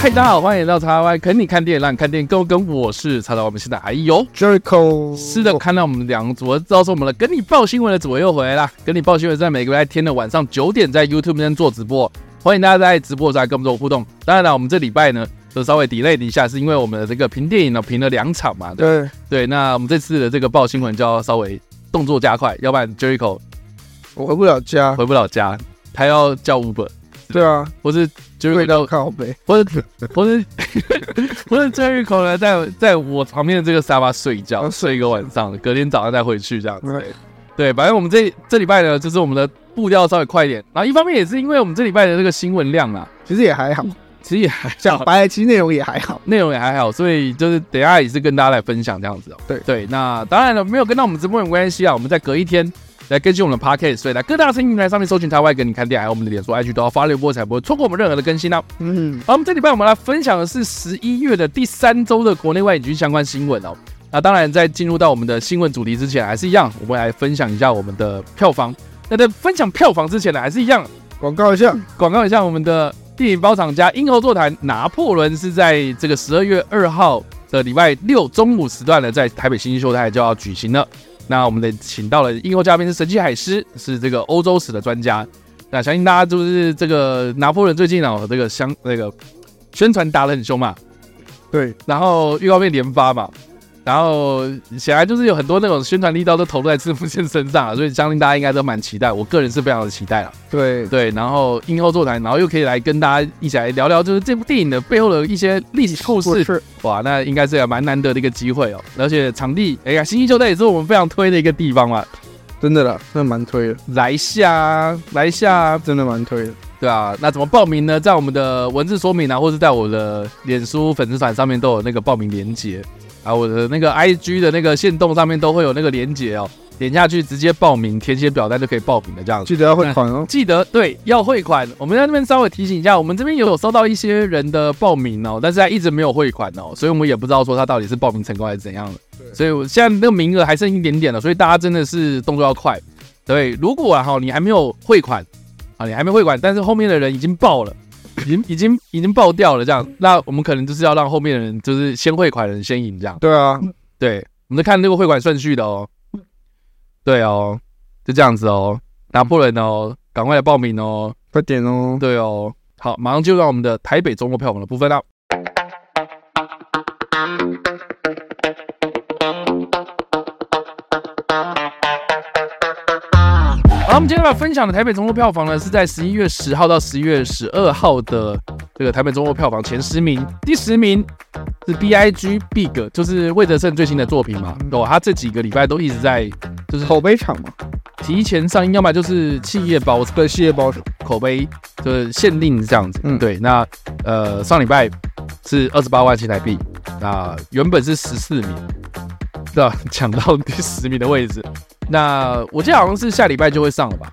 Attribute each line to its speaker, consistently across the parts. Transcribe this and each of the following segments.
Speaker 1: 嗨，大家好，欢迎来到叉 Y，跟你看电影，让你看电影更跟。我是叉 Y，我们现在还有。
Speaker 2: Jericho
Speaker 1: 是的，看到我们两组，到时候我们的跟你报新闻的组又回来啦。跟你报新闻在每个礼拜天的晚上九点在 YouTube 上做直播，欢迎大家在直播上跟我们做互动。当然了，我们这礼拜呢就稍微 delay 了一下，是因为我们的这个评电影呢评了两场嘛，对
Speaker 2: 对，
Speaker 1: 对。那我们这次的这个报新闻就要稍微动作加快，要不然 Jericho
Speaker 2: 我回不了家。
Speaker 1: 回不了家，他要叫 Uber，
Speaker 2: 对啊，
Speaker 1: 或是
Speaker 2: 味
Speaker 1: Jericho
Speaker 2: 道靠背。
Speaker 1: 或者或者或者 Jericho 呢，在在我旁边的这个沙发睡觉，
Speaker 2: 啊
Speaker 1: 睡一个晚上，隔天早上再回去这样子。
Speaker 2: 对
Speaker 1: 对，反正我们这这礼拜呢，就是我们的步调稍微快一点。然后一方面也是因为我们这礼拜的这个新闻量啊，
Speaker 2: 其实也还好，
Speaker 1: 其实也还
Speaker 2: 讲
Speaker 1: 好，
Speaker 2: 白了，其实内容也还好。
Speaker 1: 内容也还好，所以就是等一下也是跟大家来分享这样子哦、
Speaker 2: 对
Speaker 1: 对，那当然了，没有跟到我们直播没关系啊，我们在隔一天。来更新我们的 podcast，所以在各大声音平台上面搜寻台外跟你看店，还有我们的脸书、IG 都要发六波才不会错过我们任何的更新啊。
Speaker 2: 嗯，
Speaker 1: 好，我们这礼拜我们来分享的是十一月的第三周的国内外影剧相关新闻哦。那当然，在进入到我们的新闻主题之前，还是一样，我们来分享一下我们的票房。那在分享票房之前呢，还是一样，
Speaker 2: 广告一下，
Speaker 1: 广告一下我们的电影包厂家英猴座谈拿破仑是在这个十二月二号的礼拜六中午时段呢，在台北新星秀台就要举行了。那我们的请到了英欧嘉宾是神奇海狮，是这个欧洲史的专家。那相信大家就是这个拿破仑最近啊，这个相那个宣传打得很凶嘛，
Speaker 2: 对，
Speaker 1: 然后预告片连发嘛，然后显然就是有很多那种宣传力道都投入在赤木健身上啊，所以相信大家应该都蛮期待，我个人是非常的期待了。
Speaker 2: 对，
Speaker 1: 对，然后映后座谈，然后又可以来跟大家一起来聊聊，就是这部电影的背后的一些历史故
Speaker 2: 我
Speaker 1: 事。
Speaker 2: 是
Speaker 1: 哇，那应该是也蛮难得的一个机会哦。而且场地，哎呀，新一旧带也是我们非常推的一个地方嘛，
Speaker 2: 真的啦，真的蛮推的，
Speaker 1: 来一下啊，来一下啊，
Speaker 2: 真的蛮推的。
Speaker 1: 对啊。那怎么报名呢？在我们的文字说明啊，或是在我的脸书粉丝团上面都有那个报名链接啊，我的那个 IG 的那个线动上面都会有那个链接哦，点下去直接报名，填写表单就可以报名的这样子。
Speaker 2: 记得要汇款哦。
Speaker 1: 记得对要汇款，我们在那边稍微提醒一下，我们这边也有收到一些人的报名哦，但是他一直没有汇款哦，所以我们也不知道说他到底是报名成功还是怎样的。
Speaker 2: 对
Speaker 1: 所以我现在那个名额还剩一点点了，所以大家真的是动作要快。对，如果啊哈、你还没有汇款啊，你还没汇款，但是后面的人已经爆了，已经已经已经爆掉了这样，那我们可能就是要让后面的人就是先汇款的人先赢这样。
Speaker 2: 对啊，
Speaker 1: 对，我们在看这个会馆顺序的哦。对哦，就这样子哦，拿破仑哦，赶快来报名哦。
Speaker 2: 快点哦。
Speaker 1: 对哦，好，马上就到我们的台北周末票房的部分啦。好，我们今天要分享的台北周末票房呢，是在十一月十号到十一月十二号的这个台北周末票房前十名，第十名是 B I G Big，就是魏德胜最新的作品嘛。哦，他这几个礼拜都一直在就是
Speaker 2: 口碑场嘛，
Speaker 1: 提前上映，要么就是企业包
Speaker 2: 对，系列包场。
Speaker 1: 口碑就是限定这样子。
Speaker 2: 嗯
Speaker 1: 对。那呃，上礼拜是二十八万新台币，那原本是十四名，那抢到第十名的位置。那我记得好像是下礼拜就会上了吧？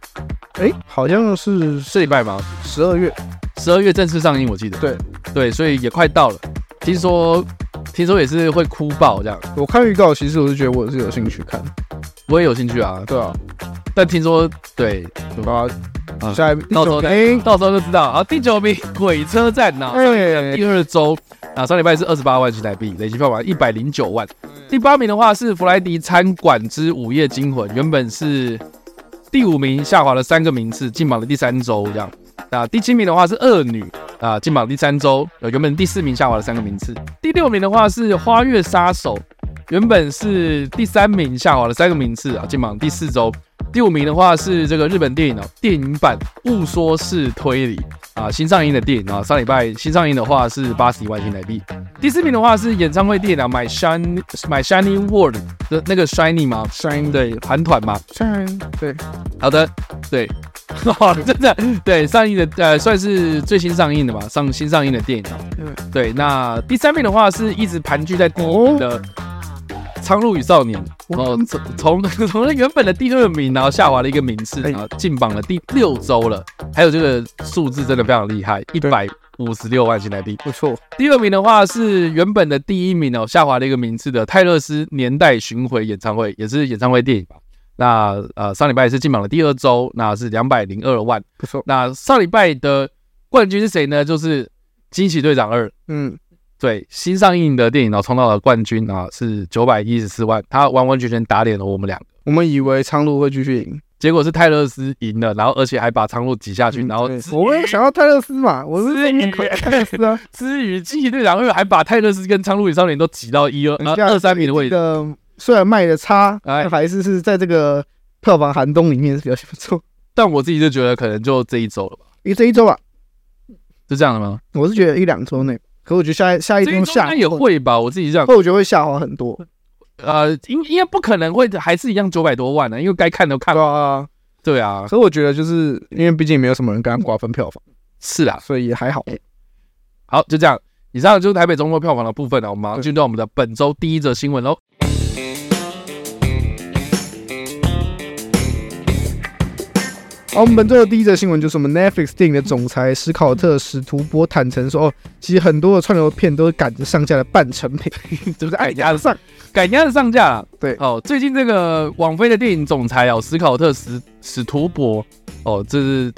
Speaker 2: 哎，好像是
Speaker 1: 这礼拜吗？
Speaker 2: 十二月，
Speaker 1: 十二月正式上映，我记得。
Speaker 2: 对
Speaker 1: 对，所以也快到了。听说听说也是会哭爆这样，
Speaker 2: 我看预告，其实我是觉得我是有兴趣看。
Speaker 1: 我也有兴趣啊。
Speaker 2: 对啊，
Speaker 1: 但听说对，
Speaker 2: 啊
Speaker 1: 啊，
Speaker 2: 下一
Speaker 1: 到时候再
Speaker 2: 哎，
Speaker 1: 到时候就知道。好，啊第九名《鬼车站》啊呢？
Speaker 2: 哎，
Speaker 1: 第二周啊，上礼拜是二十八万新台币，累计票房一百零九万。第八名的话是《弗莱迪餐馆之午夜惊魂》，原本是第五名，下滑了三个名次，进榜的第三周这样。啊，第七名的话是《恶女》，啊，进榜第三周，呃，原本第四名下滑了三个名次。第六名的话是《花月杀手》，原本是第三名，下滑了三个名次啊，进榜第四周。第五名的话是这个日本电影哦，电影版《误说是推理》啊，新上映的电影啊，上礼拜新上映的话是八十一万新台币。第四名的话是演唱会电影啊，《My Shiny My Shiny World》的那个 Shiny 嘛，
Speaker 2: 山的
Speaker 1: 对，韩团嘛。
Speaker 2: 山，对，
Speaker 1: 好的，对， 好，真的对上映的呃，算是最新上映的吧，上新上映的电影啊。对，那第三名的话是一直盘踞在第一名的《苍鹭与少年》，哦，从从 从那原本的第二名，然后下滑了一个名次，
Speaker 2: 哎
Speaker 1: 然后进榜了第六周了。还有这个数字真的非常厉害，一百五十六万新台币。
Speaker 2: 不错，
Speaker 1: 第二名的话是原本的第一名哦，下滑了一个名次的泰勒斯年代巡回演唱会，也是演唱会电影吧。那呃上礼拜是进榜的第二周，那是两百零二万。
Speaker 2: 不错，
Speaker 1: 那上礼拜的冠军是谁呢？就是惊奇队长二》。
Speaker 2: 嗯，
Speaker 1: 对，新上映的电影呢，冲到了冠军啊，是九百一十四万，他完完全全打脸了我们两个。
Speaker 2: 我们以为苍鹭会继续赢，
Speaker 1: 结果是泰勒斯赢了，然后而且还把苍鹭挤下去，
Speaker 2: 嗯
Speaker 1: 然后
Speaker 2: 对
Speaker 1: 之
Speaker 2: 我会想要泰勒斯嘛，我是
Speaker 1: 之余
Speaker 2: 泰 勒斯啊，
Speaker 1: 之余，惊奇队长二还把泰勒斯跟苍鹭与少年都挤到一二
Speaker 2: 很
Speaker 1: 呃
Speaker 2: 像
Speaker 1: 二三名的位
Speaker 2: 这
Speaker 1: 置。
Speaker 2: 个虽然卖的差，
Speaker 1: 哎
Speaker 2: 但还是是在这个票房寒冬里面是表现不错。
Speaker 1: 但我自己就觉得可能就这一周了吧，
Speaker 2: 因为这一周吧，
Speaker 1: 是这样的吗？
Speaker 2: 我是觉得一两周内，可我觉得下一下一
Speaker 1: 这一周
Speaker 2: 周
Speaker 1: 应
Speaker 2: 哎下
Speaker 1: 该也会吧，我自己这样，
Speaker 2: 会我觉得会下滑很多。
Speaker 1: 呃，应应该不可能会还是一样九百多万呢、因为该看的都看
Speaker 2: 对
Speaker 1: 了。
Speaker 2: 啊，
Speaker 1: 对啊，
Speaker 2: 可我觉得就是因为毕竟没有什么人跟他瓜分票房，
Speaker 1: 是啊，
Speaker 2: 所以也还好。
Speaker 1: 好，就这样。以上就是台北中国票房的部分了，我们马上进入到我们的本周第一则新闻喽。
Speaker 2: 好，我们本周的第一则新闻就是我们 Netflix 电影的总裁史考特史图波坦诚说，哦，其实很多的串流片都是赶着上架的半成品， 就是哎赶着上，
Speaker 1: 赶鸭子上架了。
Speaker 2: 对
Speaker 1: 哦，最近这个网飞的电影总裁哦，史考特史史图伯哦，这是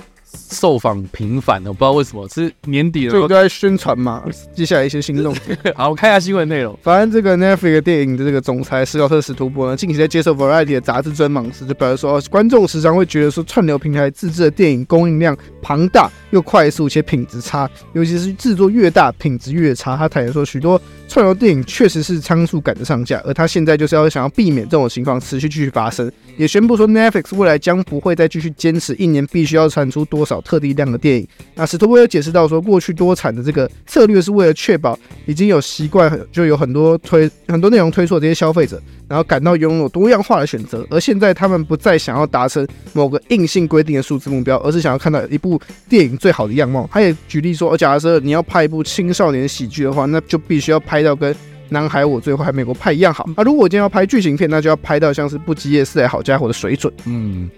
Speaker 1: 受访频繁的，我不知道为什么是年底
Speaker 2: 就
Speaker 1: 了
Speaker 2: 都。在宣传嘛。接下来一些行动，
Speaker 1: 好，我看一下新闻内容。
Speaker 2: 反正这个 Netflix 的电影的这个总裁史考特史图波呢，近期在接受 Variety 的杂志专访时，就表示说，哦，观众时常会觉得说，串流平台自制的电影供应量庞大又快速且品质差，尤其是制作越大品质越差。他坦言说，许多串流电影确实是仓促赶着上架，而他现在就是要想要避免这种情况持续继续发生，也宣布说 Netflix 未来将不会再继续坚持一年必须要产出多少特定量的电影。那史托威尔解释到说，过去多产的这个策略是为了确保已经有习惯就有很多推很多内容推出的这些消费者，然后感到拥有多样化的选择，而现在他们不再想要达成某个硬性规定的数字目标，而是想要看到一部电影最好的样貌。他也举例说，假设你要拍一部青少年喜剧的话，那就必须要拍到跟《男孩我最坏》《美国派》一样好。啊，如果我今天要拍剧情片，那就要拍到像是《不羁夜市》《好家伙》的水准。
Speaker 1: 嗯，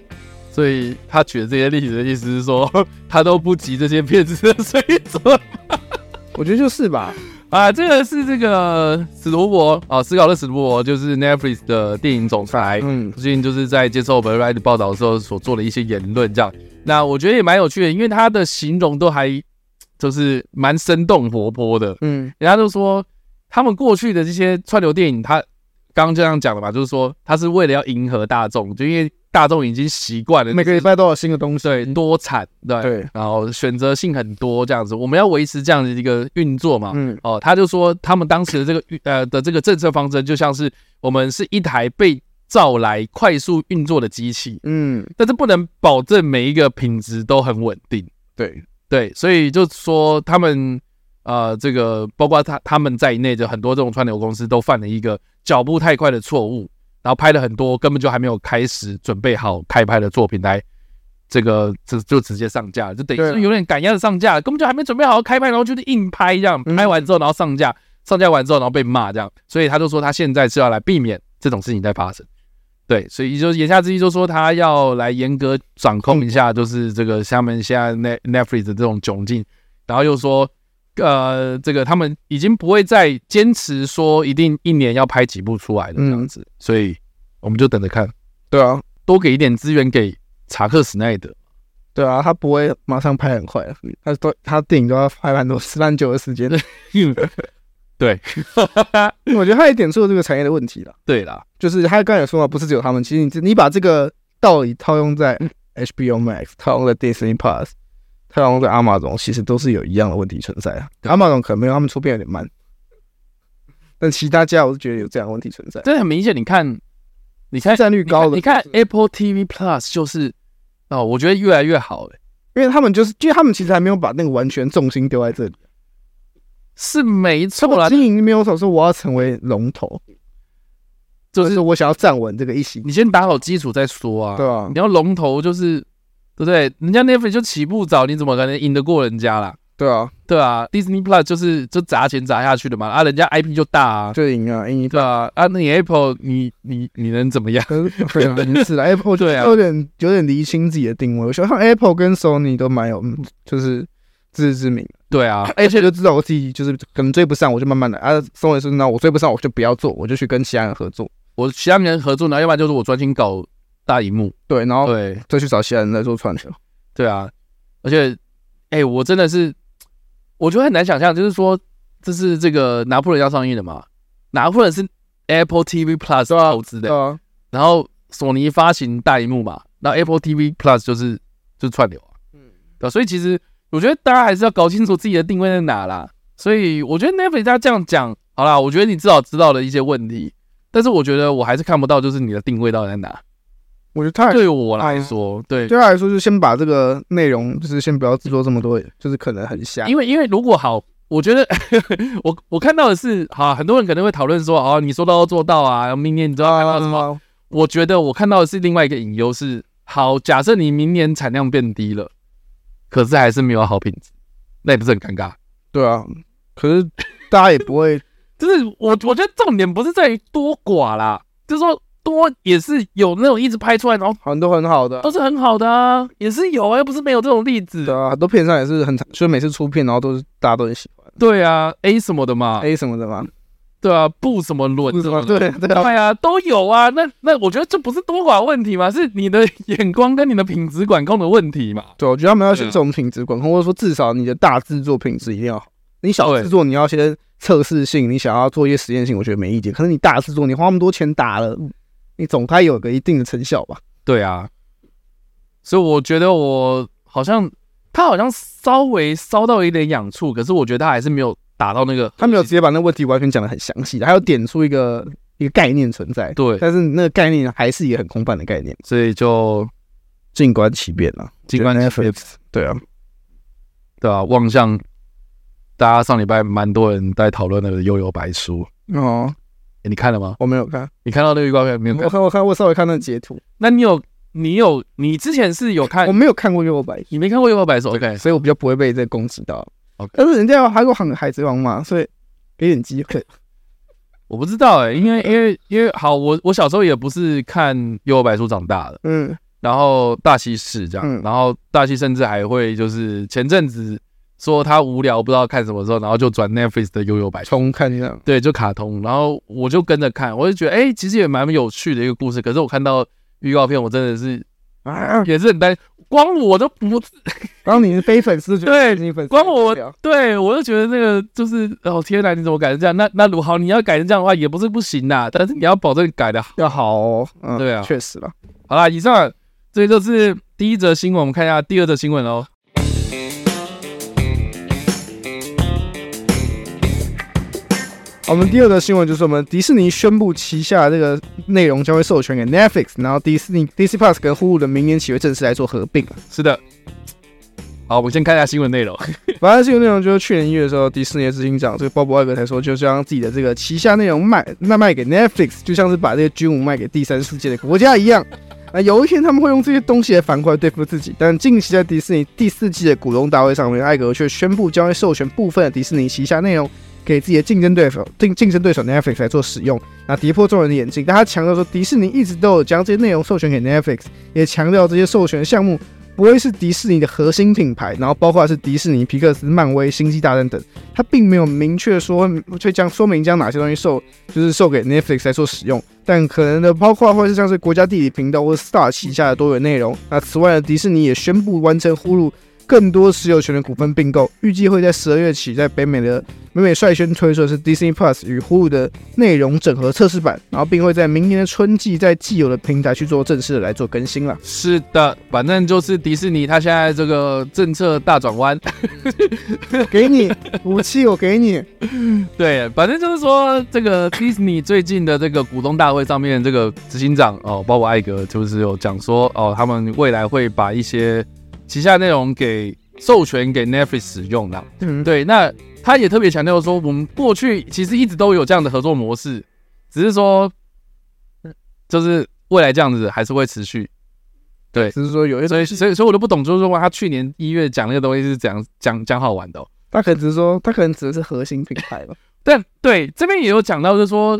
Speaker 1: 所以他举的这些例子的意思是说， 他都不及这些骗子的水准
Speaker 2: 我觉得就是吧，
Speaker 1: 啊。这个是这个史图伯啊，史考特史图伯就是 Netflix 的电影总裁。
Speaker 2: 嗯，
Speaker 1: 最近就是在接受 Variety 报道的时候所做的一些言论，这样。那我觉得也蛮有趣的，因为他的形容都还就是蛮生动活泼的。
Speaker 2: 嗯，
Speaker 1: 人家就说他们过去的这些串流电影，他刚刚这样讲的嘛，就是说他是为了要迎合大众，就因为大众已经习惯了
Speaker 2: 每个礼拜都有新的东西。
Speaker 1: 对多产对，
Speaker 2: 对，
Speaker 1: 然后选择性很多这样子，我们要维持这样的一个运作嘛。
Speaker 2: 嗯，
Speaker 1: 哦，他就说他们当时的这个运呃的这个政策方针，就像是我们是一台被造来快速运作的机器，
Speaker 2: 嗯，
Speaker 1: 但是不能保证每一个品质都很稳定。
Speaker 2: 对，
Speaker 1: 对，所以就说他们呃，这个包括他他们在内的很多这种串流公司都犯了一个脚步太快的错误，然后拍了很多根本就还没有开始准备好开拍的作品来。这个这就直接上架了，就等于
Speaker 2: 对啊
Speaker 1: 是有点赶鸭子上架，根本就还没准备好好开拍，然后就是硬拍这样，
Speaker 2: 嗯
Speaker 1: 拍完之后然后上架，上架完之后然后被骂这样，所以他就说他现在是要来避免这种事情再发生。对，所以就言下之意就说他要来严格掌控一下，就是这个他们现在 Net Netflix 的这种窘境，然后又说，呃，这个他们已经不会再坚持说一定一年要拍几部出来的这样
Speaker 2: 嗯
Speaker 1: 子，所以我们就等着看，
Speaker 2: 对啊，
Speaker 1: 多给一点资源给查克·史奈德。
Speaker 2: 对啊，他不会马上拍很快，他都他电影都要拍蛮多蛮久的时间。
Speaker 1: 对，
Speaker 2: 我觉得他也点出了这个产业的问题了，
Speaker 1: 对啦，
Speaker 2: 就是他刚才也说了，不是只有他们，其实你这你把这个道理套用在
Speaker 1: 嗯
Speaker 2: HBO Max、套用在 Disney Plus、套用在 Amazon，其实都是有一样的问题存在啊。Amazon 可能没有他们出片有点慢，但其他家我是觉得有这样的问题存在，
Speaker 1: 这很明显，你看，你看，
Speaker 2: 占率
Speaker 1: 你看
Speaker 2: 高的，
Speaker 1: 你看 Apple TV Plus 就是，哦，我觉得越来越好欸了。
Speaker 2: 因为他们就是，因为他们其实还没有把那个完全重心丢在这里，
Speaker 1: 是没
Speaker 2: 他
Speaker 1: 错啦
Speaker 2: 们，经营没有想说我要成为龙头，
Speaker 1: 就
Speaker 2: 就是是我想要站稳这个一席，
Speaker 1: 你先打好基础再说啊。
Speaker 2: 对吧、啊
Speaker 1: 你？要龙头就是，对不对？人家 Netflix 就起步早，你怎么可能赢得过人家啦？
Speaker 2: 对啊，
Speaker 1: 对啊，Disney Plus 就是就砸钱砸下去的嘛，啊，人家 IP 就大啊，
Speaker 2: 就赢啊，赢一半。
Speaker 1: 对啊，啊，那你 Apple 你你你能怎么样？
Speaker 2: 可是对啊，你是啦 Apple 就
Speaker 1: 对啊
Speaker 2: 有点有点厘清自己的定位。我想像 Apple 跟 Sony 都蛮有，嗯就是自知之明，
Speaker 1: 对啊，
Speaker 2: 而且就知道我自己就是可能追不上，我就慢慢来。啊，Sony 是那我追不上，我就不要做，我就去跟其他人合作。
Speaker 1: 我其他人合作呢，要不然就是我专心搞大荧幕，
Speaker 2: 对，然后
Speaker 1: 对
Speaker 2: 再去找其他人来做串流。
Speaker 1: 对啊，而且，哎、我真的是我就很难想象，就是说这是这个拿破仑要上映的嘛，拿破仑是 Apple TV Plus
Speaker 2: 对啊
Speaker 1: 投资
Speaker 2: 对
Speaker 1: 的，
Speaker 2: 啊，
Speaker 1: 然后索尼发行大荧幕嘛，那 Apple TV Plus 就是就是串流啊，
Speaker 2: 嗯
Speaker 1: 嗯，对啊所以其实我觉得大家还是要搞清楚自己的定位在哪啦。所以我觉得 Netflix 他这样讲，好啦，我觉得你至少知道了一些问题，但是我觉得我还是看不到就是你的定位到底在哪。
Speaker 2: 我觉得他
Speaker 1: 对我
Speaker 2: 哎
Speaker 1: 来
Speaker 2: 呀
Speaker 1: 说，对，
Speaker 2: 对他来说，就先把这个内容，就是先不要制作这么多，就是可能很瞎。
Speaker 1: 因为因为如果好，我觉得 我我看到的是，好，很多人可能会讨论说，哦，你说到做到啊，明年你知道要干嘛什么？
Speaker 2: 啊，
Speaker 1: 我觉得我看到的是另外一个隐忧是，好，假设你明年产量变低了，可是还是没有好品质，那也不是很尴尬？
Speaker 2: 对啊，可是大家也不会，
Speaker 1: 就是我我觉得重点不是在于多寡啦，就是说多也是有那种一直拍出来，然后
Speaker 2: 很多很好的
Speaker 1: 都，是很好的啊，也是有啊，又不是没有这种例子
Speaker 2: 对。啊，很多片商也是很常，所以每次出片，然后都是大家都很喜欢
Speaker 1: 对啊，A 什么的嘛，
Speaker 2: A 什么的嘛，
Speaker 1: 对啊，不什么轮
Speaker 2: 不是
Speaker 1: 什
Speaker 2: 吗
Speaker 1: 么？的
Speaker 2: 对对啊，
Speaker 1: 对啊，都有啊。那那我觉得这不是多寡问题嘛，是你的眼光跟你的品质管控的问题嘛。
Speaker 2: 对，我觉得他们要先
Speaker 1: 对啊
Speaker 2: 这种品质管控，或者说至少你的大制作品质一定要好。你小
Speaker 1: 对
Speaker 2: 制作你要先测试性，你想要做一些实验性，我觉得没意见。可是你大制作，你花那么多钱打了，你总该有个一定的成效吧？
Speaker 1: 对啊，所以我觉得我好像他好像稍微烧到一点痒处，可是我觉得他还是没有打到那个，
Speaker 2: 他没有直接把那问题完全讲得很详细，还有点出一个一个概念存在。
Speaker 1: 对，
Speaker 2: 但是那个概念还是一个很空泛的概念，
Speaker 1: 所以就
Speaker 2: 静观其变啊，
Speaker 1: 静观其变
Speaker 2: Netflix 对啊，
Speaker 1: 对啊，望向大家上礼拜蛮多人在讨论那个《悠悠白书》
Speaker 2: 哦，
Speaker 1: 诶你看了吗？
Speaker 2: 我没有看，
Speaker 1: 你看到那个预告片没有
Speaker 2: 我
Speaker 1: 看？
Speaker 2: 看我看我稍微看那个截图，
Speaker 1: 那你有你有你之前是有看
Speaker 2: 我？没有看过《幽游白
Speaker 1: 你没看过《悠悠白书》？OK，
Speaker 2: 所以我比较不会被这个攻击到。
Speaker 1: OK
Speaker 2: 但是人家有韩国喊海贼王嘛，所以给点机会。
Speaker 1: 我不知道哎、因为因为因为好，我我小时候也不是看《幽游白书》长大的，
Speaker 2: 嗯，
Speaker 1: 然后大西是这样，
Speaker 2: 嗯
Speaker 1: 然后大西甚至还会就是前阵子说他无聊不知道看什么时候，然后就转 Netflix 的《悠悠白书》，
Speaker 2: 重看一下。
Speaker 1: 对，就卡通，然后我就跟着看，我就觉得哎、诶其实也蛮有趣的一个故事，可是我看到预告片，我真的是
Speaker 2: 啊，
Speaker 1: 也是很担心，光我都不
Speaker 2: 然后你是非粉丝，觉得
Speaker 1: 对
Speaker 2: 你粉丝啊
Speaker 1: 光我
Speaker 2: 受不了
Speaker 1: 对，我就觉得那个就是哦天哪，你怎么改成这样？那那鲁豪你要改成这样的话也不是不行呐、但是你要保证改的
Speaker 2: 要好哦，嗯，
Speaker 1: 对啊
Speaker 2: 确实了。
Speaker 1: 好啦，以上这就是第一则新闻，我们看一下第二则新闻哦喽。
Speaker 2: 我们第二个新闻就是我们迪士尼宣布旗下这个内容将会授权给 Netflix，然后迪士尼 Disney Plus 跟 Hulu 的明年起会正式来做合并。
Speaker 1: 是的，好，我们先看一下新闻内容。
Speaker 2: 反正新闻内容就是去年一月的时候，迪士尼的执行长这个鲍勃艾格才说，就将自己的这个旗下内容卖那卖给 Netflix，就像是把这个军武卖给第三世界的国家一样。啊，有一天他们会用这些东西来反过来对付自己。但近期在迪士尼第四季的股东大会上面，艾格却宣布将会授权部分的迪士尼旗下内容给自己的竞争对手竞竞争对手 Netflix 来做使用，那跌破众人的眼镜。但他强调说，迪士尼一直都有将这些内容授权给 Netflix，也强调这些授权项目不会是迪士尼的核心品牌，然后包括是迪士尼、皮克斯、漫威、星际大战等，它并没有明确说会将说明将哪些东西售就是售给 Netflix 来做使用，但可能的包括会是像是国家地理频道或是 Star 旗下的多元内容。那此外呢，迪士尼也宣布完成呼噜更多持有权的股份并购，预计会在十二月起在北美的北美率先推出的是 Disney Plus 与呼噜的内容整合测试版，然后并会在明年的春季在既有的平台去做正式的来做更新了。
Speaker 1: 是的，反正就是迪士尼，它现在这个政策大转弯。
Speaker 2: 给你 武器，我给你。
Speaker 1: 对，反正就是说，这个迪士尼最近的这个股东大会上面，这个执行长哦，包括艾格，就是有讲说哦，他们未来会把一些旗下内容给授权给 Netflix 使用啦。
Speaker 2: 嗯，
Speaker 1: 对，那他也特别强调说，我们过去其实一直都有这样的合作模式，只是说，呃就是未来这样子还是会持续。
Speaker 2: 只是说有一种，
Speaker 1: 所以，所以，所以我都不懂，就是说他去年一月讲那个东西是怎样讲讲好玩的、哦。
Speaker 2: 他可能只是说，他可能指的是核心品牌 吧。
Speaker 1: 但对这边也有讲到，就是说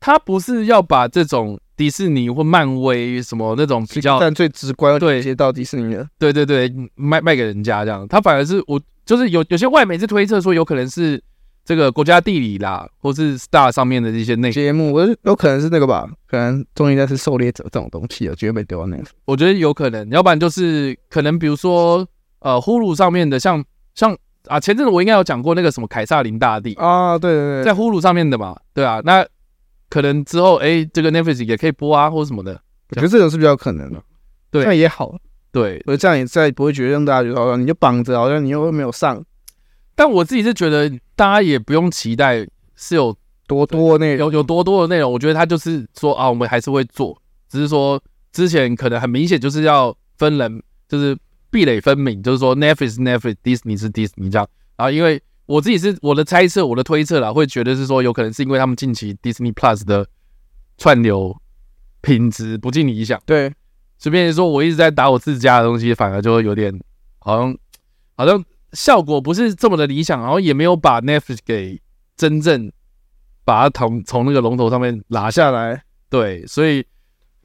Speaker 1: 他不是要把这种迪士尼或漫威什么那种比较
Speaker 2: 但最直观
Speaker 1: 对
Speaker 2: 对接到迪士尼的，
Speaker 1: 对对对，卖卖给人家这样，他反而是我就是有有些外媒是推测说有可能是这个国家地理啦，或是 Star 上面的一些内
Speaker 2: 节目，我有可能是那个吧，可能终于在是狩猎者这种东西了，绝对被丢到那个。
Speaker 1: 我觉得有可能，要不然就是可能比如说呃，呼噜上面的像像啊，前阵子我应该有讲过那个什么凯撒林大帝，
Speaker 2: 啊，对对对，
Speaker 1: 在呼噜上面的嘛，对啊，那可能之后哎、这个 Netflix 也可以播啊，或者什么的，
Speaker 2: 我觉得这种是比较有可能的。
Speaker 1: 对
Speaker 2: 那也好，
Speaker 1: 对。
Speaker 2: 我觉得这样也再不会觉得让大家觉得好哦像你就绑着，好像你又没有上
Speaker 1: 但我自己是觉得大家也不用期待是有
Speaker 2: 多多那
Speaker 1: 有有多多的内容，我觉得他就是说啊，我们还是会做，只是说之前可能很明显就是要分人，就是壁垒分明，就是说 Netflix 是 Netflix，Disney 是 Disney 这样。然后因为我自己是我的猜测，我的推测啦，会觉得是说有可能是因为他们近期 Disney Plus 的串流品质不尽理想，
Speaker 2: 对，
Speaker 1: 随便说我一直在打我自家的东西，反而就会有点好像好像效果不是这么的理想，然后也没有把 Netflix 给真正把它从从那个龙头上面拉
Speaker 2: 打
Speaker 1: 下。
Speaker 2: 下来
Speaker 1: 对，所以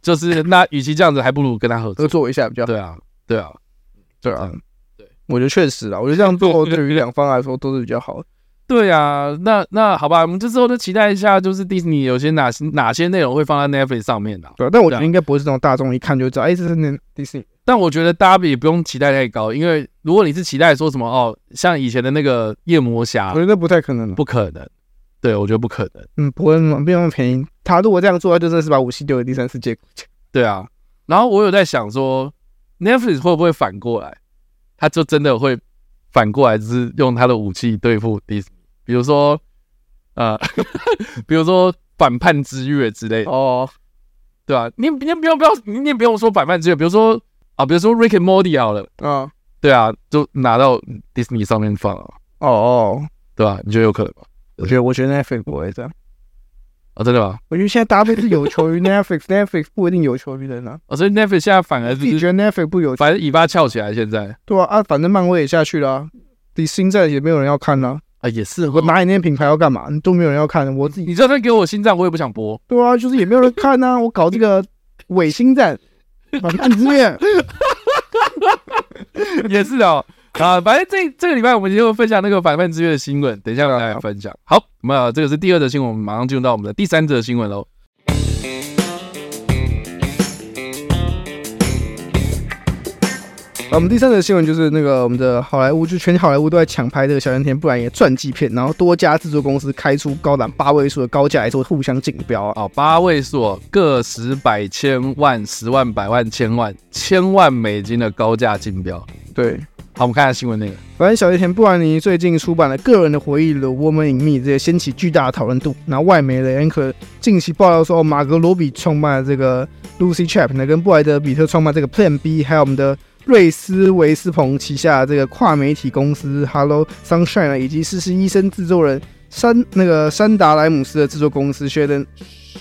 Speaker 1: 就是那与其这样子，还不如跟他合
Speaker 2: 合
Speaker 1: 作。
Speaker 2: 作一下比较好。
Speaker 1: 对啊，对啊，
Speaker 2: 对啊
Speaker 1: 嗯，对，
Speaker 2: 我觉得确实啦，我觉得这样 做对于两方来说都是比较好的。
Speaker 1: 对啊。那那好吧，我们这之后就期待一下，就是 Disney 有些哪些哪些内容会放在 Netflix 上面的、
Speaker 2: 对啊，但我觉
Speaker 1: 对
Speaker 2: 得
Speaker 1: 啊
Speaker 2: 应该不会是那种大众一看就知道，哎，这是那迪士尼。
Speaker 1: 但我觉得大家也不用期待太高，因为如果你是期待说什么哦，像以前的那个夜魔侠
Speaker 2: 我，觉得不太可能了。
Speaker 1: 啊
Speaker 2: 啊
Speaker 1: 不可能。对，我觉得不可能。
Speaker 2: 嗯，不会那么没有那么便宜。他如果这样做，他就真的是把武器丢给第三世界。
Speaker 1: 对啊，然后我有在想说，Netflix 会不会反过来，他就真的会反过来，就是用他的武器对付 Disney，比如说，呃， 比如说反叛之月之类的，
Speaker 2: 哦，
Speaker 1: 对啊，你你也不用不要，你也不用说反叛之月，比如说啊，比如说 Rick and Morty 好了，
Speaker 2: 啊，
Speaker 1: 对啊，就拿到 Disney 上面放啊，
Speaker 2: 哦哦，
Speaker 1: 对吧、你觉得有可能吗？
Speaker 2: 我觉得我觉得 Netflix 不会这样。
Speaker 1: 啊，真的吗？
Speaker 2: 我觉得现在搭配是有 求于 Netflix，Netflix 不一定有求于人啊。
Speaker 1: 啊，所以 Netflix 现在反而
Speaker 2: 自己
Speaker 1: 是
Speaker 2: 觉得 Netflix 不有，
Speaker 1: 反正尾巴翘起来，现在
Speaker 2: 对啊，啊，反正漫威也下去了、啊，你星战也没有人要看啦、
Speaker 1: 啊也是
Speaker 2: 我拿你那些品牌要干嘛？你都没有人要看，我自己
Speaker 1: 你就算给我心脏，我也不想播。
Speaker 2: 对啊，就是也没有人看呐、我搞这个伪星战，反叛之恋，
Speaker 1: 也是哦。啊，反正这这个礼拜我们就分享那个反叛之月的新闻，等一下来分享。好，那么这个是第二则新闻，我们马上进入到我们的第三则新闻喽。
Speaker 2: 啊，我们第三则新闻就是那个我们的好莱坞，就全好莱坞都在抢拍这个小甜甜布兰妮的传记片，然后多家制作公司开出高达八位数的高价来做互相竞标啊。
Speaker 1: 哦，八位数、哦，个十百千万十万百万千万千万美金的高价竞标。
Speaker 2: 对，
Speaker 1: 好，我们看一下新闻内容。
Speaker 2: 反正小甜甜布兰妮最近出版了《个人的回忆》《The Woman in Me》，这些掀起巨大的讨论度。然后外媒雷恩可近期爆料说，哦马格罗比创办了这个 Lucy Chap，呢跟布莱德比特创办这个 Plan B，还有我们的瑞斯维斯彭旗下的这个跨媒体公司 Hello Sunshine，呢以及试试医生制作人山那个山达莱姆斯的制作公司 Sheldon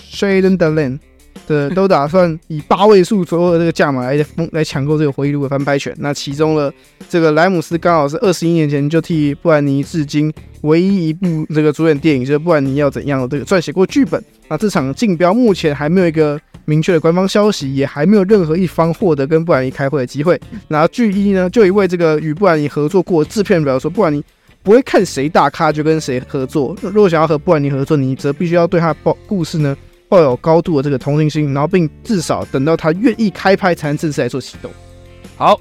Speaker 2: Sheldon d a l a n 的都打算以八位数左右的这个价码来疯来抢购这个回忆录的翻拍权。那其中呢，这个莱姆斯刚好是二十一年前就替布兰妮至今唯一一部这个主演电影就是《布兰妮要怎样》的这个撰写过剧本。那这场竞标目前还没有一个明确的官方消息，也还没有任何一方获得跟布兰妮开会的机会。然后据一呢，就一位这个与布兰妮合作过的制片人表示说，布兰妮。不会看谁大咖就跟谁合作。如果想要和布兰妮合作，你则必须要对他抱故事呢抱有高度的这个同情心，然后并至少等到他愿意开拍才能正式来做启动。
Speaker 1: 好，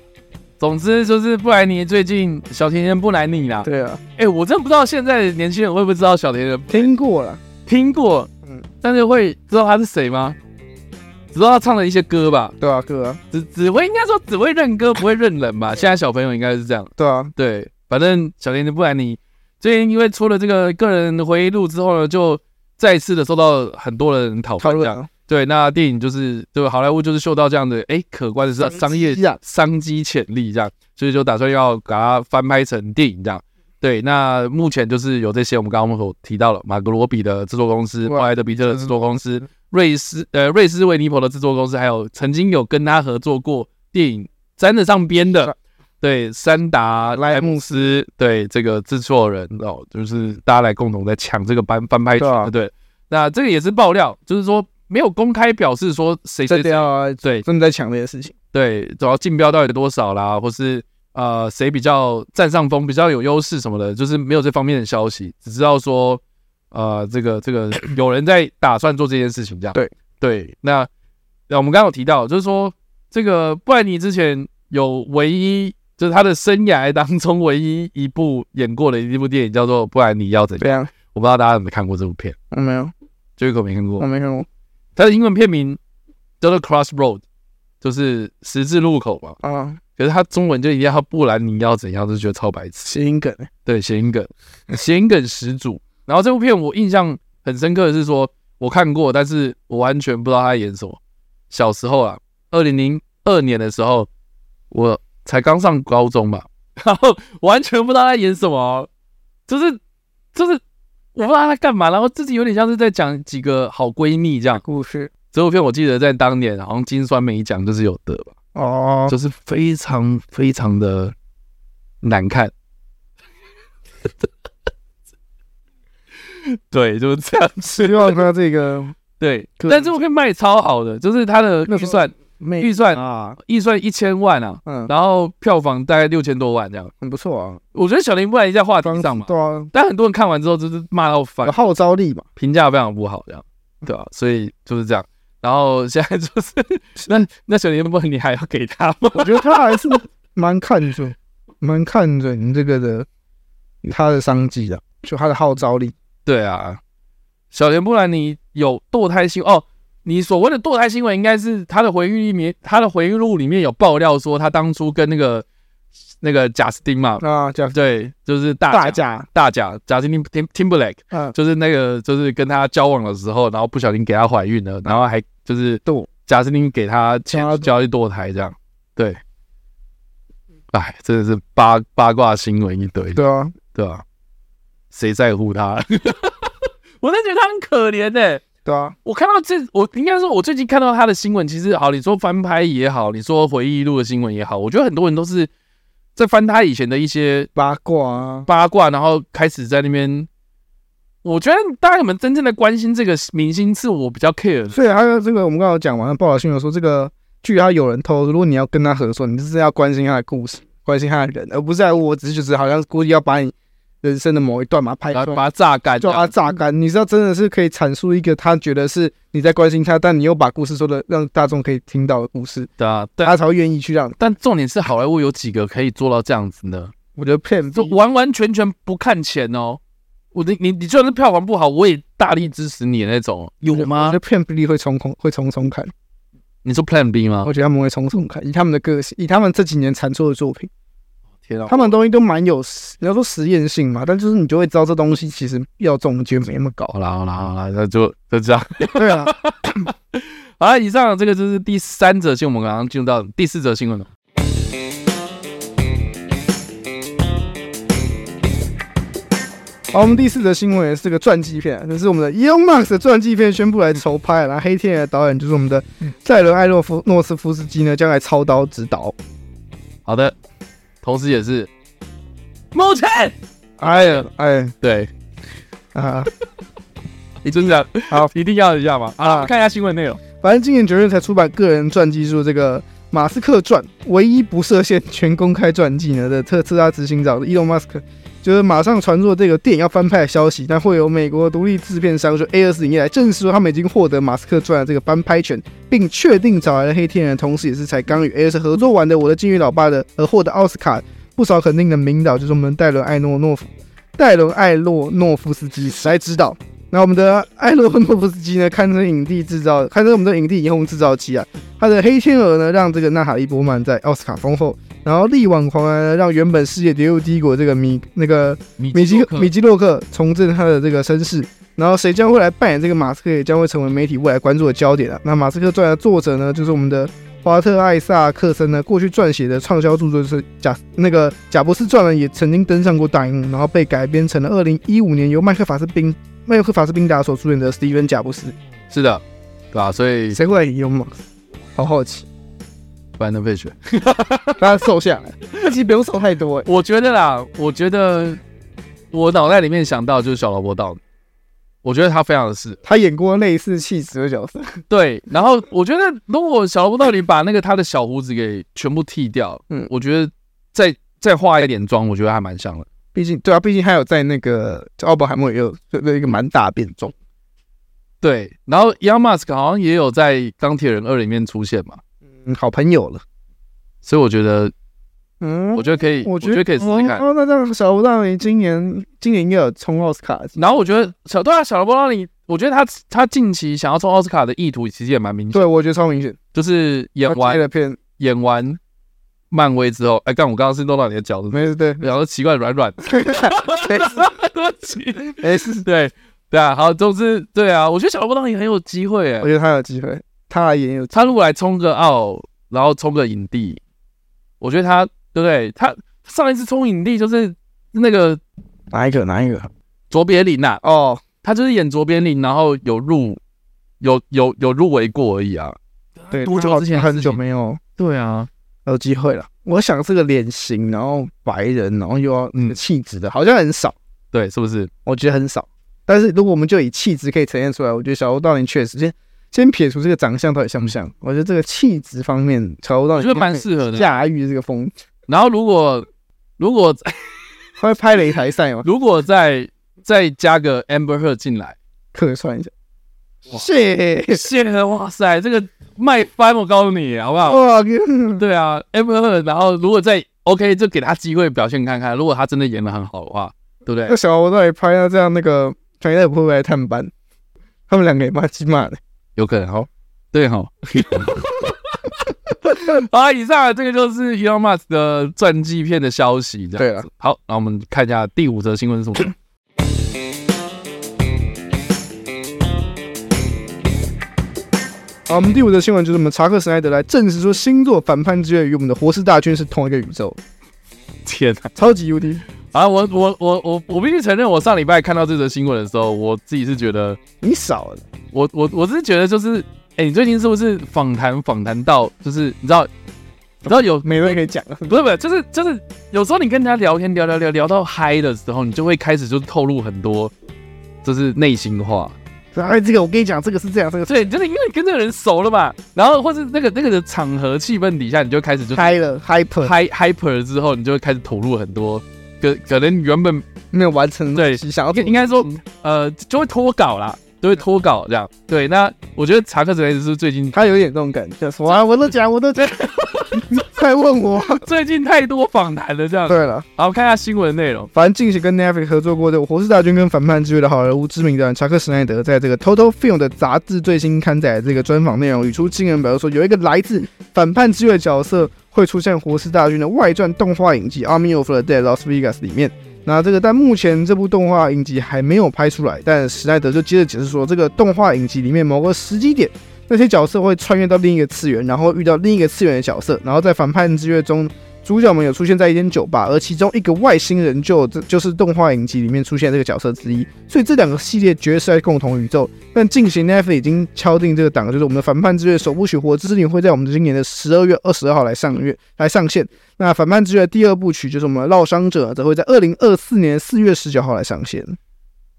Speaker 1: 总之就是布莱尼最近小甜甜布莱尼啦。
Speaker 2: 对啊，
Speaker 1: 哎、我真不知道现在的年轻人会不会知道小甜甜，
Speaker 2: 听过了。
Speaker 1: 听过，
Speaker 2: 嗯
Speaker 1: 但是会知道他是谁吗？只知道他唱的一些歌吧。
Speaker 2: 对啊，哥啊，
Speaker 1: 只只会应该说只会认歌不会认人吧？现在小朋友应该是这样，
Speaker 2: 对啊，
Speaker 1: 对，反正小甜甜布兰妮最近因为出了这个个人的回忆录之后呢，就再次的受到很多人讨
Speaker 2: 讨
Speaker 1: 论这
Speaker 2: 论
Speaker 1: 样。
Speaker 2: 啊
Speaker 1: 对，那电影就是对好莱坞就是嗅到这样的哎可观的商商业
Speaker 2: 啊，
Speaker 1: 商机潜力这样，所以就打算要把它翻拍成电影这样。对，那目前就是有这些我们刚刚我们所提到了马格罗比的制作公司、布
Speaker 2: 哇
Speaker 1: 莱德比特的制作公司
Speaker 2: 嗯、
Speaker 1: 瑞斯呃瑞斯维尼普的制作公司，还有曾经有跟他合作过电影沾得上边的
Speaker 2: 是，
Speaker 1: 对山达
Speaker 2: 莱
Speaker 1: 莱姆斯对这个制作人哦，就是大家来共同在抢这个翻翻拍权，
Speaker 2: 对啊
Speaker 1: 对。那这个也是爆料，就是说没有公开表示说谁谁谁
Speaker 2: 这掉啊，
Speaker 1: 对
Speaker 2: 真的在抢这些事情。
Speaker 1: 对，主要竞标到底多少啦，或是呃谁比较占上风、比较有优势什么的，就是没有这方面的消息，只知道说呃这个这 个有人在打算做这件事情，这样。
Speaker 2: 对
Speaker 1: 对，那那我们刚刚有提到，就是说这个布兰妮之前有唯一就是他的生涯当中唯一一部演过的一部电影叫做《不然你要怎样》。
Speaker 2: 怎样？
Speaker 1: 我不知道大家有没有看过这部片，
Speaker 2: 啊我没有，
Speaker 1: 就一口没看过
Speaker 2: 我。没看过。
Speaker 1: 它的英文片名叫做《Crossroad》，就是十字路口嘛。
Speaker 2: 啊，
Speaker 1: 可是它中文就一定要不然你要怎样，就觉得超白痴。
Speaker 2: 谐音梗欸，
Speaker 1: 对，谐音梗，谐音梗始祖。然后这部片我印象很深刻的是说，我看过，但是我完全不知道他在演什么。小时候啊，二零零二年的时候，我才刚上高中吧，然后完全不知道他在演什么哦，就是就是我不知道他在干嘛，然后自己有点像是在讲几个好闺蜜这样。
Speaker 2: 故事
Speaker 1: 这部片我记得在当年好像金酸梅奖就是有得吧，
Speaker 2: 哦，
Speaker 1: 就是非常非常的难看。 对，就是这样子。
Speaker 2: 希望他这个
Speaker 1: 对，
Speaker 2: 对
Speaker 1: 但这部片卖超好的，就是它的
Speaker 2: 那
Speaker 1: 预算
Speaker 2: 魅
Speaker 1: 预算
Speaker 2: 啊，
Speaker 1: 预算一千万啊，
Speaker 2: 嗯，
Speaker 1: 然后票房大概六千多万这样。
Speaker 2: 很不错啊，
Speaker 1: 我觉得小林不然一下话题上嘛，
Speaker 2: 对啊，
Speaker 1: 但很多人看完之后就是骂到翻
Speaker 2: 有，号 召力嘛，
Speaker 1: 评价非常不好这样，对啊，所以就是这样。然后现在就是 那那小林不然你还要给他吗？
Speaker 2: 我觉得他还是蛮看准，蛮看准这个的他的商机的，就他的号召力。
Speaker 1: 对啊，小田布兰妮有堕胎新哦。你所谓的堕胎新闻，应该是她的回忆里面，她的回忆录里面有爆料说，她当初跟那个那个贾斯汀嘛，
Speaker 2: 啊，叫
Speaker 1: 对，就是大
Speaker 2: 大
Speaker 1: 大
Speaker 2: 家，
Speaker 1: 大贾贾斯汀 Tim Timberlake，
Speaker 2: 嗯，
Speaker 1: 就是那个就是跟她交往的时候，然后不小心给她怀孕了，然后还就是
Speaker 2: 堕
Speaker 1: 贾斯汀给她钱
Speaker 2: 叫她
Speaker 1: 交易堕胎这样，对，哎，真的是八八卦新闻一堆。
Speaker 2: 对啊，
Speaker 1: 对吧、谁在乎他？ 我真的觉得他很可怜呢、
Speaker 2: 对啊，
Speaker 1: 我看到这，我应该说，我最近看到他的新闻，其实好，你说翻拍也好，你说回忆录的新闻也好，我觉得很多人都是在翻他以前的一些
Speaker 2: 八卦啊，
Speaker 1: 八卦，然后开始在那边。我觉得大家有没有真正的关心这个明星，是我比较 care 的。
Speaker 2: 所以还有这个，我们刚刚有讲完报道新闻说，这个据他有人透露，如果你要跟他合作，你就是要关心他的故事，关心他的人，而不是在乎我只是就是好像故意要把你人生的某一段嘛拍
Speaker 1: 然
Speaker 2: 出
Speaker 1: 后
Speaker 2: 来，
Speaker 1: 把他榨干这
Speaker 2: 就
Speaker 1: 样，
Speaker 2: 啊榨干。你知道真的是可以阐述一个他觉得是你在关心他，但你又把故事说的让大众可以听到的故事，
Speaker 1: 对啊，对啊。
Speaker 2: 他才会愿意去让。
Speaker 1: 但重点是，好莱坞有几个可以做到这样子呢？
Speaker 2: 我觉得 Plan
Speaker 1: 就
Speaker 2: B
Speaker 1: 完完全全不看钱哦。我的你你就算是票房不好，我也大力支持你的那种，有
Speaker 2: 我
Speaker 1: 吗
Speaker 2: 觉得？Plan B 会重重会重重看，
Speaker 1: 你说 Plan B 吗？
Speaker 2: 我觉得他们会重重看，以他们的个性，以他们这几年产出的作品。
Speaker 1: 天啊
Speaker 2: 他们东西都蛮有实，你要说实验性嘛，但就是你就会知道这东西其实要中就没那么 高
Speaker 1: 好啦好啦好啦，那就就这样。
Speaker 2: 对啊，
Speaker 1: 好了，以上这个就是第三则新闻，我们刚刚进入到第四则新闻了。
Speaker 2: 好，我们第四则新闻也是个传记片啊，就是我们的 Elon Musk 的传记片宣布来筹拍，然后黑天鹅导演就是我们的塞伦·艾洛夫诺斯夫斯基呢，将来操刀指导。
Speaker 1: 好的，同时也是目前
Speaker 2: 哎呀，哎
Speaker 1: 对，
Speaker 2: 啊
Speaker 1: 你 真的
Speaker 2: 好，
Speaker 1: 一定要一下嘛。好了，我们看一下新闻内容。
Speaker 2: 反正今年九月才出版个人传记书，这个《马斯克传》唯一不设限全公开传记呢的特斯拉执行长伊隆马斯克，就是马上传出这个电影要翻拍的消息，但会有美国独立制片商说 A 二四影业来证实说他们已经获得《马斯克传》的这个翻拍权，并确定找来了黑天人，同时也是才刚与 A 二四合作完的《我的金鱼老爸》的而获得奥斯卡不少肯定的名导，就是我们的戴伦·艾诺诺夫。戴伦·艾洛诺夫斯基来指导，那我们的艾洛诺夫斯基呢，堪称影帝制造，堪称我们的影帝影后制造机啊。他的《黑天鹅》呢，让这个娜塔莉波曼在奥斯卡封后，然后《力挽狂澜》呢，让原本世界跌入低谷的这个米那个
Speaker 1: 米
Speaker 2: 米基
Speaker 1: 洛克
Speaker 2: 米基洛克重振他的这个身世。然后谁将会来扮演这个马斯克，也将会成为媒体未来关注的焦点啊。那《马斯克传》的作者呢，就是我们的华特·艾萨克森呢，过去撰写的畅销著作是贾那个《贾博士传》呢，也曾经登上过大荧幕，然后被改编成了二零一五年由麦克法斯宾麦克法斯宾达所主演的《史蒂芬·贾博士》。
Speaker 1: 是的，对吧？所以
Speaker 2: 谁会来演马斯？好好奇，
Speaker 1: 班登费雪，
Speaker 2: 大家瘦下来， 那其实不用瘦太多哎、
Speaker 1: 我觉得啦，我觉得我脑袋里面想到就是小萝卜道，我觉得他非常的适合
Speaker 2: 他演过类似气质的角色，
Speaker 1: 对，然后我觉得如果小萝卜到底把那个他的小胡子给全部剃掉，嗯
Speaker 2: 嗯，
Speaker 1: 我觉得再再化一点妆，我觉得还蛮像的。
Speaker 2: 毕竟对啊，毕竟他有在那个奥本海默也有对对一个蛮大的变动。
Speaker 1: 对，然后 Elon Musk 好像也有在《钢铁人二》里面出现嘛，
Speaker 2: 嗯，好朋友了，
Speaker 1: 所以我觉得
Speaker 2: 嗯，
Speaker 1: 我觉得可以，
Speaker 2: 我
Speaker 1: 我
Speaker 2: 觉得
Speaker 1: 可以试试看。
Speaker 2: 哦，那这样小布大梅今年今年应该有冲奥斯卡的机会。
Speaker 1: 然后我觉得小对啊，小罗伯让你，我觉得他他近期想要冲奥斯卡的意图其实也蛮明显，
Speaker 2: 对，我觉得超明显。
Speaker 1: 就是演
Speaker 2: 他接
Speaker 1: 完
Speaker 2: 的片，
Speaker 1: 演完漫威之后，哎，干我刚刚是弄到你的脚了，
Speaker 2: 没事，对，
Speaker 1: 然后奇怪软软的，
Speaker 2: 没事
Speaker 1: 对不起，
Speaker 2: 没 事。
Speaker 1: 对对啊，好，总之对啊，我觉得小罗伯让你很有机会
Speaker 2: 我
Speaker 1: 哎，
Speaker 2: 觉得他有机会，他来演有
Speaker 1: 他如果来冲个奥，然后冲个影帝，我觉得他对不对？他上一次冲影帝就是那个
Speaker 2: 哪一个哪一个？
Speaker 1: 卓别林呐、啊，
Speaker 2: 哦，
Speaker 1: 他就是演卓别林，然后有入有有有入围过而已啊。
Speaker 2: 对，
Speaker 1: 多久
Speaker 2: 他好
Speaker 1: 之前的
Speaker 2: 很
Speaker 1: 事
Speaker 2: 久
Speaker 1: 情
Speaker 2: 没有
Speaker 1: 对啊，
Speaker 2: 有机会了。我想这个脸型，然后白人，然后又要那个
Speaker 1: 嗯
Speaker 2: 气质的，好像很少，
Speaker 1: 对，是不是？
Speaker 2: 我觉得很少。但是如果我们就以气质可以呈现出来，我觉得小欧道林确实先先撇除这个长相到底像不像，我觉得这个气质方面，小欧道
Speaker 1: 我
Speaker 2: 林
Speaker 1: 觉得蛮适合的。
Speaker 2: 驾驭这个风。
Speaker 1: 然后如果如果？
Speaker 2: 他会拍擂台赛吗
Speaker 1: 如果再再加个 Amber Heard 进来，
Speaker 2: 客串一下。
Speaker 1: 哇
Speaker 2: 谢
Speaker 1: 谢了，哇塞，这个卖翻我告诉你，好不好？
Speaker 2: 哇，
Speaker 1: 对啊，Amber Heard，然后如果再 OK，就给他机会表现看看，如果他真的演的很好的话，对不对
Speaker 2: 那？小欧到底拍到这样，那个团队不会不会来探班？他们两个也骂鸡骂的。
Speaker 1: 有可能哦，对哈、哦。 好啊，以上啊这个就是 Elon Musk 的传记片的消息，这样子。
Speaker 2: 对了，
Speaker 1: 好，那我们看一下第五则新闻是什 么。
Speaker 2: 好，我们第五则新闻就是我们查克·史奈德来证实说，星座反叛之月与我们的活尸大军是同一个宇宙，
Speaker 1: 天啊！
Speaker 2: 超级无敌。
Speaker 1: 啊，我我我我我必须承认，我上礼拜看到这则新闻的时候，我自己是觉得，
Speaker 2: 你少了，
Speaker 1: 我我我是觉得就是，哎、你最近是不是访谈访谈到，就是你知道，你知道有
Speaker 2: 没人可以讲了。
Speaker 1: 不是不是，就是就是有时候你跟人家聊天聊聊聊聊到嗨的时候，你就会开始就透露很多就是内心话，
Speaker 2: 哎，这个我跟你讲，这个是这样，这个是
Speaker 1: 对，就是因为你跟这个人熟了嘛，然后或是那个那个的场合气氛底下，你就开始就
Speaker 2: 嗨了，hyper
Speaker 1: 嗨 hyper 了之后，你就会开始投入很多，可可能原本
Speaker 2: 没有完成
Speaker 1: 对
Speaker 2: 想要做的
Speaker 1: 应该说
Speaker 2: 事情
Speaker 1: 呃就会脱稿啦，就会脱稿这样。对，那我觉得查克·史奈德是最近
Speaker 2: 他有点这种感觉，说啊，我都讲，我都讲， 你快 问我。
Speaker 1: 最近太多访谈了这样。
Speaker 2: 对了，
Speaker 1: 好，我们看一下新闻内容。
Speaker 2: 反正近期跟 Netflix 合作过的《活尸大军》跟《反叛之月》的好莱坞知名导演查克·史奈德，在这个 Total Film 的杂志最新刊载的这个专访内容，语出惊人表示说，有一个来自反叛之月的角色会出现《活尸大军》的外传动画影集《Army of the Dead: Las Vegas》里面。那这个，但目前这部动画影集还没有拍出来。但史奈德就接着解释说，这个动画影集里面某个时机点，那些角色会穿越到另一个次元，然后遇到另一个次元的角色，然后在反叛之月中主角们有出现在一间酒吧，而其中一个外星人就这就是动画影集里面出现这个角色之一，所以这两个系列绝对是在共同宇宙。但进行 Netflix 已经敲定这个档，就是我们的《反叛之月》首部曲《活之灵》会在我们今年的十二月二十二号来上月来上线。那《反叛之月》第二部曲就是我们的《烙伤者》，则会在二零二四年四月十九号来上线。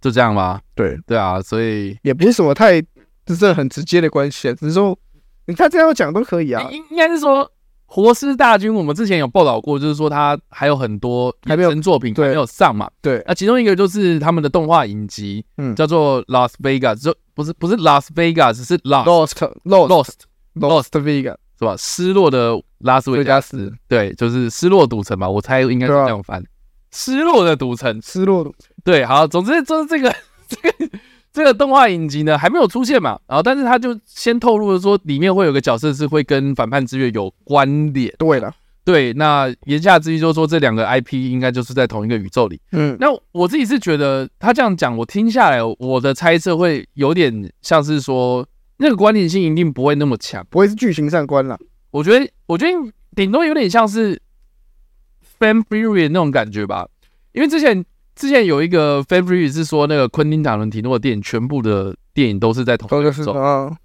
Speaker 1: 就这样吧。
Speaker 2: 对，
Speaker 1: 对啊，所以
Speaker 2: 也不是什么太这是很直接的关系，只是说嗯你看这样讲都可以啊
Speaker 1: 应。应应该是说。活尸大军，我们之前有报道过，就是说他还有很多
Speaker 2: 还没有
Speaker 1: 衍生作品
Speaker 2: 对
Speaker 1: 还没有上嘛。
Speaker 2: 对，
Speaker 1: 啊那其中一个就是他们的动画影集，
Speaker 2: 嗯
Speaker 1: 叫做 Las Vegas，就不是不是 Las Vegas，是 Lost
Speaker 2: ，Lost Lost
Speaker 1: Lost
Speaker 2: Lost Vega
Speaker 1: 是吧？失落的拉斯
Speaker 2: 维
Speaker 1: 维
Speaker 2: 加
Speaker 1: 加
Speaker 2: 斯
Speaker 1: 斯，对，就是失落赌城吧，我猜应该是
Speaker 2: 对啊
Speaker 1: 这样翻，失落的赌城。
Speaker 2: 失落的
Speaker 1: 对，好，总之就是这个这个这个动画影集呢还没有出现嘛，然后但是他就先透露了说里面会有个角色是会跟反叛之月有关联。
Speaker 2: 对了，
Speaker 1: 对，那言下之意就是说这两个 IP 应该就是在同一个宇宙里。
Speaker 2: 嗯，
Speaker 1: 那我自己是觉得他这样讲，我听下来我的猜测会有点像是说那个关联性一定不会那么强。
Speaker 2: 不会是剧情上关了。
Speaker 1: 我觉得，我觉得顶多有点像是 fan theory 那种感觉吧，因为之前之前有一个 fan theory 是说那个昆汀塔伦提诺的电影全部的电影都是在同
Speaker 2: 都就是啊，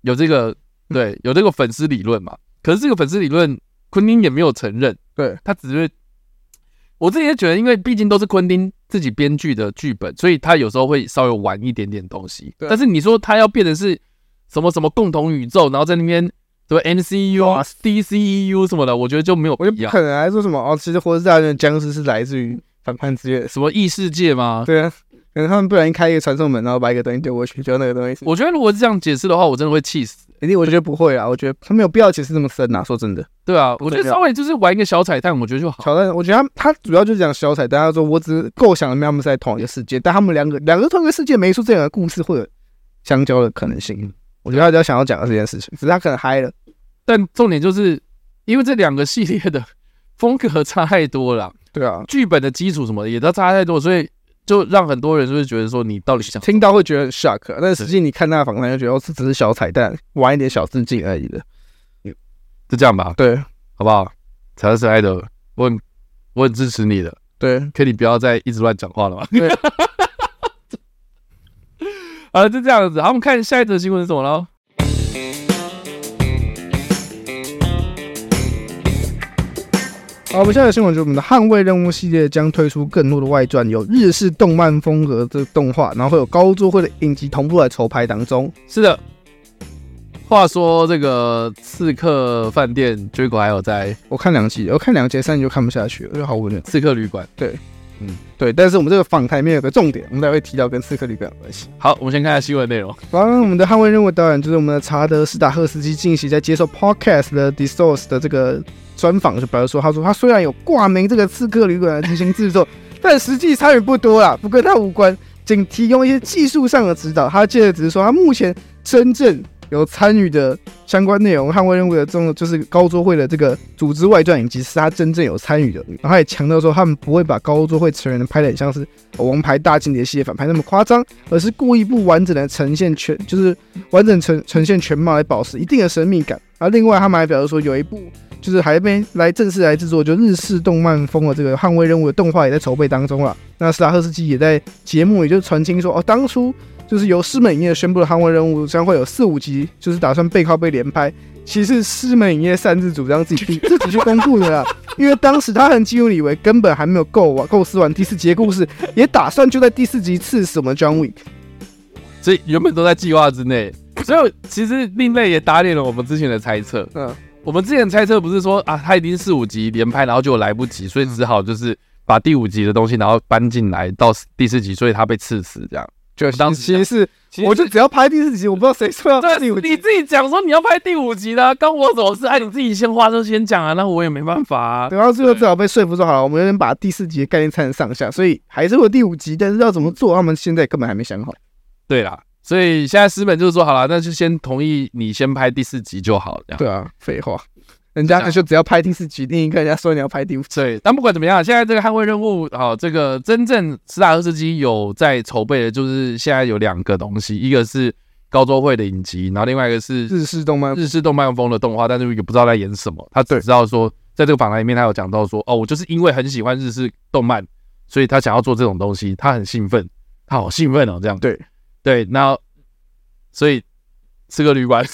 Speaker 1: 有这个对有这个粉丝理论嘛，可是这个粉丝理论昆汀也没有承认，
Speaker 2: 对
Speaker 1: 他只是我自己也觉得，因为毕竟都是昆汀自己编剧的剧本，所以他有时候会稍微玩一点点东西。
Speaker 2: 对
Speaker 1: 但是你说他要变成是什么什么共同宇宙，然后在那边什么 MCU 啊、DCEU 什么的，我觉得就没有
Speaker 2: 我就
Speaker 1: 必
Speaker 2: 不
Speaker 1: 要。
Speaker 2: 可能
Speaker 1: 嗯
Speaker 2: 还说什么哦，其实《活尸大军》的僵尸是来自于反叛之月。
Speaker 1: 什么异世界吗？
Speaker 2: 对啊，可能他们不小心开一个传送门，然后把一个东西丢过去，就那个东西。
Speaker 1: 我觉得如果是这样解释的话，我真的会气死。
Speaker 2: 一定我觉得不会啊，我觉得他没有必要解释这么深呐、说真的，
Speaker 1: 对啊，我觉得
Speaker 2: 对啊
Speaker 1: 稍微就是玩一个小彩蛋，我觉得就好。
Speaker 2: 乔丹，我觉得他他主要就是讲小彩蛋，他说我只是构想了他们是在同一个世界，但他们两个两个是同一个世界没出这样的故事会有相交的可能性。我觉得他比较想要讲的这件事情，只是他可能嗨了。
Speaker 1: 但重点就是因为这两个系列的风格差太多了啦，
Speaker 2: 对啊，
Speaker 1: 剧本的基础什么的也都差太多，所以就让很多人就会觉得说你到底想
Speaker 2: 听到会觉得很 shock，但啊实际你看那个访谈就觉得哦，这只是小彩蛋，玩一点小致敬而已的。
Speaker 1: 就这样吧，
Speaker 2: 对
Speaker 1: 好不好？才是爱的，我很我很支持你的，
Speaker 2: 对，
Speaker 1: 可你不要再一直乱讲话了嘛。
Speaker 2: 对
Speaker 1: 好了，就这样子。好，我们看下一则新闻是什么喽？
Speaker 2: 好，我们下一个新闻就是我们的《捍卫任务》系列将推出更多的外传，有日式动漫风格的动画，然后会有高桌会的影集同步来筹拍当中。
Speaker 1: 是的。话说这个《刺客饭店》追狗还有在《
Speaker 2: 我看两集，我看两集三集就看不下去了，我就好无聊。
Speaker 1: 刺客旅馆》。
Speaker 2: 对，但是我们这个访谈里面有个重点，我们待会提到跟刺客旅馆有关系。
Speaker 1: 好，我们先看一下新闻内容。
Speaker 2: 然后我们的捍卫任务导演就是我们的查德斯塔赫斯基近期在接受 Podcast 的 d i s o u r c e 的这个专访，就表示说，他说他虽然有挂名这个刺客旅馆的执行制作，但实际参与不多啦，不跟他无关，仅提供一些技术上的指导。他接着只是说，他目前真正有参与的相关内容，捍卫任务的中就是高桌会的这个组织外传影集是他真正有参与的。然后他也强调说，他们不会把高桌会成员拍得很像是王牌大间谍系列反派那么夸张。而是故意不完整的呈现全，就是完整呈呈现全貌来保持一定的神秘感。而另外他们还表示说，有一部就是还没来正式来制作，就日式动漫风的这个《捍卫任务》的动画也在筹备当中了。那斯塔赫斯基也在节目也就传清说，哦，当初就是由狮门影业宣布的《捍卫任务》将会有四五集，就是打算背靠背连拍。其实是狮门影业擅自主张自己定自己去公布的啦，因为当时他和基努里维根本还没有构完构思完第四集的故事，也打算就在第四集刺死我们 John Wick。
Speaker 1: 所以原本都在计划之内。所以其实另类也打脸了我们之前的猜测。
Speaker 2: 嗯，
Speaker 1: 我们之前猜测不是说啊，他已经四五集连拍，然后就来不及，所以只好就是把第五集的东西，然后搬进来到第四集，所以他被刺死这样。
Speaker 2: 就
Speaker 1: 当时
Speaker 2: 其实是，我就只要拍第四集，我不知道谁说要
Speaker 1: 对，
Speaker 2: 第五集
Speaker 1: 哎你自己讲说你要拍第五集的、啊，关我什么事？哎，你自己先话就先讲啊，那我也没办法啊。
Speaker 2: 对，然后最后至少被说服说好了，我们有点把第四集的概念拆成上下，所以还是会有第五集，但是要怎么做，他们现在根本还没想好。
Speaker 1: 对啦，所以现在石本就是说好了，那就先同意你先拍第四集就好，这样。
Speaker 2: 对啊，废话，人家
Speaker 1: 想
Speaker 2: 就只要拍第四集，另一个人家说你要拍第五集，
Speaker 1: 对，但不管怎么样，现在这个捍卫任务，好、这个真正斯塔赫斯基有在筹备的，就是现在有两个东西，一个是高周会的影集，然后另外一个是
Speaker 2: 日式动漫
Speaker 1: 日式动漫风的动画，但是也不知道在演什么。他只知道说，在这个访谈里面，他有讲到说，哦，我就是因为很喜欢日式动漫，所以他想要做这种东西，他很兴奋，他好兴奋哦，这样。
Speaker 2: 对
Speaker 1: 对，那所以吃个旅馆，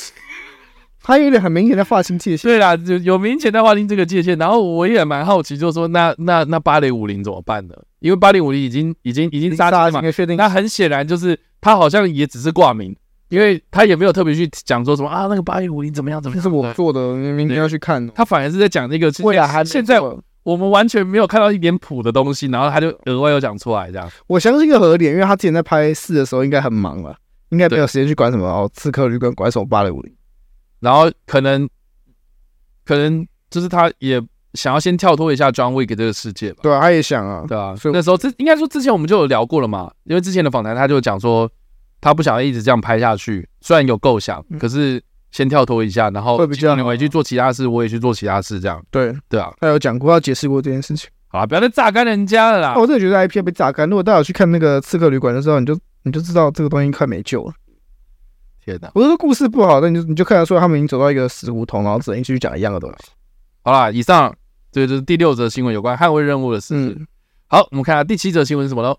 Speaker 2: 他有点很明显的划清界 限。
Speaker 1: 对啦，有有明显在划定这个界限。然后我也蛮好奇，就是说那那那芭蕾舞林怎么办呢？因为芭蕾舞林已经已经已经杀青嘛
Speaker 2: 应，该确定，
Speaker 1: 那很显然就是他好像也只是挂名，因为他也没有特别去讲说什么啊那个芭蕾舞林怎么样怎么
Speaker 2: 这
Speaker 1: 样。
Speaker 2: 是我做的，你明天要去看哦。
Speaker 1: 他反而是在讲那个之前
Speaker 2: 未来还没
Speaker 1: 现在
Speaker 2: 做
Speaker 1: 我们完全没有看到一点谱的东西，然后他就额外又讲出来这样。
Speaker 2: 我相信个合理，因为他之前在拍四的时候应该很忙了，应该没有时间去管什么哦，刺客旅馆管什么芭蕾舞林。
Speaker 1: 然后可能可能就是他也想要先跳脱一下 John Wick 这个世界吧，
Speaker 2: 对啊，他也想啊，
Speaker 1: 对啊
Speaker 2: 所，以
Speaker 1: 那时候之应该说之前我们就有聊过了嘛，因为之前的访谈他就讲说他不想要一直这样拍下去，虽然有构想，
Speaker 2: 嗯
Speaker 1: 可是先跳脱一下，然后
Speaker 2: 会比较好
Speaker 1: 你也去做其他事，我也去做其他事，这样
Speaker 2: 对
Speaker 1: 对啊。
Speaker 2: 他有讲过，他有解释过这件事情。
Speaker 1: 好啦，不要再榨干人家了啦
Speaker 2: 啊，。我真的觉得 IP 被榨干。如果大家有去看那个《刺客旅馆》的时候，你就你就知道这个东西快没救了。
Speaker 1: 天哪！
Speaker 2: 不是说故事不好，但你就你就看得出来他们已经走到一个死胡同，然后只能继续讲一样的东西。
Speaker 1: 好啦，以上这就是第六则新闻，有关捍卫任务的事。
Speaker 2: 嗯，
Speaker 1: 好，我们看下第七则新闻是什么喽？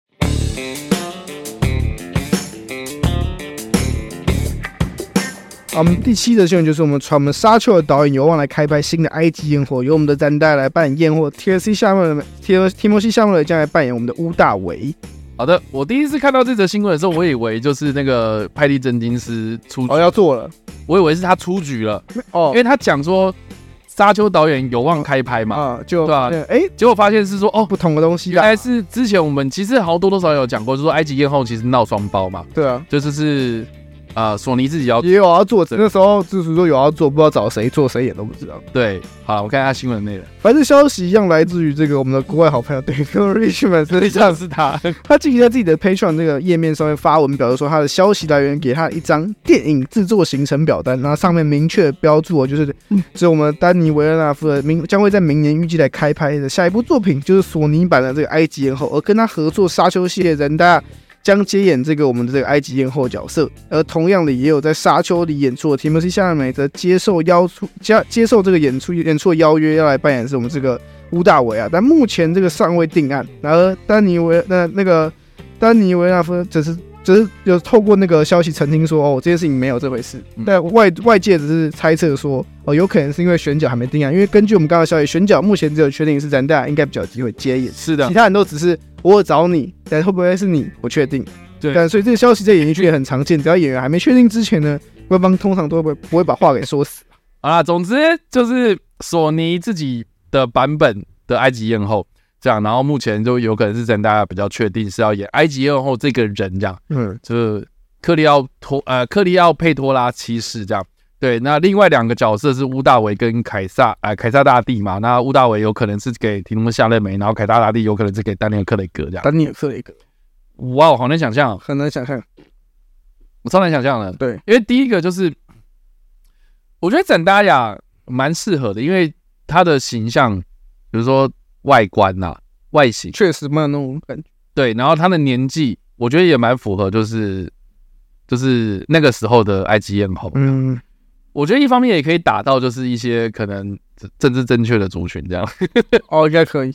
Speaker 2: 好，我们第七则新闻就是我们传我们沙丘的导演有望来开拍新的埃及烟火，由我们的詹代来扮演烟火，TLC 下面的 T T 莫西下面的将来扮演我们的乌大维。
Speaker 1: 好的，我第一次看到这则新闻的时候，我以为就是那个派蒂·真金斯出，
Speaker 2: 哦，要做了
Speaker 1: 我以为是他出局了，
Speaker 2: 哦
Speaker 1: 因，为他讲说沙丘导演有望开拍嘛，
Speaker 2: 啊，就
Speaker 1: 对啊
Speaker 2: 哎、诶
Speaker 1: 结果发现是说哦。
Speaker 2: 不同的东西
Speaker 1: 原
Speaker 2: 啦，
Speaker 1: 来是之前我们其实好多多少少有讲过，就是说埃及艳后其实闹双胞嘛，
Speaker 2: 对啊，
Speaker 1: 就是是呃索尼自己要
Speaker 2: 也有要做，那时候就是说有要做，不知道找谁做，谁也都不知道。
Speaker 1: 对。好，我看一下新闻内容，
Speaker 2: 反正消息一样来自于这个我们的国外好朋友 David Richman 身上，
Speaker 1: 是他，
Speaker 2: 他自己在自己的 Patreon 那个页面上面发文，表示说他的消息来源给他一张电影制作行程表单，然后上面明确标注哦，就是
Speaker 1: 嗯
Speaker 2: 只有我们丹尼维恩纳夫的明将会在明年预计来开拍的下一部作品，就是索尼版的这个埃及艳后，而跟他合作《沙丘》系列的人大。将接演这个我们的这个埃及艳后角色，而同样的也有在《沙丘》里演出的提摩西·夏美则接受邀出接接受这个演出演出的邀约，要来扮演是我们这个乌大维啊，但目前这个尚未定案。然而，丹尼维那那个丹尼维纳夫只是只是有透过那个消息澄清说，哦，这件事情没有这回事。
Speaker 1: 嗯
Speaker 2: 但外外界只是猜测说，哦，有可能是因为选角还没定案，因为根据我们刚刚的消息，选角目前只有确定是咱大应该比较有机会接演，
Speaker 1: 是的
Speaker 2: 其，他人都只是我有找你，但会不会是你不确定。
Speaker 1: 对
Speaker 2: 但所以这个消息在演艺圈也很常见，只要演员还没确定之前呢，官方通常都不会不会把话给说死。
Speaker 1: 好啦，总之就是索尼自己的版本的埃及艳后这样，然后目前就有可能是真大家比较确定是要演埃及艳后这个人这样，
Speaker 2: 嗯，
Speaker 1: 就是克利奥托呃克利奥佩托拉七世这样。对，那另外两个角色是乌大维跟凯撒，呃，凯撒大帝嘛。那乌大维有可能是给提诺夏勒梅，然后凯撒大帝有可能是给丹尼尔克雷格这样。
Speaker 2: 丹尼尔·克雷格
Speaker 1: 哇哦，好难想象哦，
Speaker 2: 很难想象，
Speaker 1: 我超难想象的。
Speaker 2: 对，
Speaker 1: 因为第一个就是，我觉得展达雅蛮适合的，因为她的形象，比如说外观呐、外形，
Speaker 2: 确实没有那种感觉。
Speaker 1: 对，然后她的年纪，我觉得也蛮符合，就是就是那个时候的埃及艳后。
Speaker 2: 嗯，
Speaker 1: 我觉得一方面也可以打到就是一些可能政治正确的族群这样。
Speaker 2: 哦，应该可以。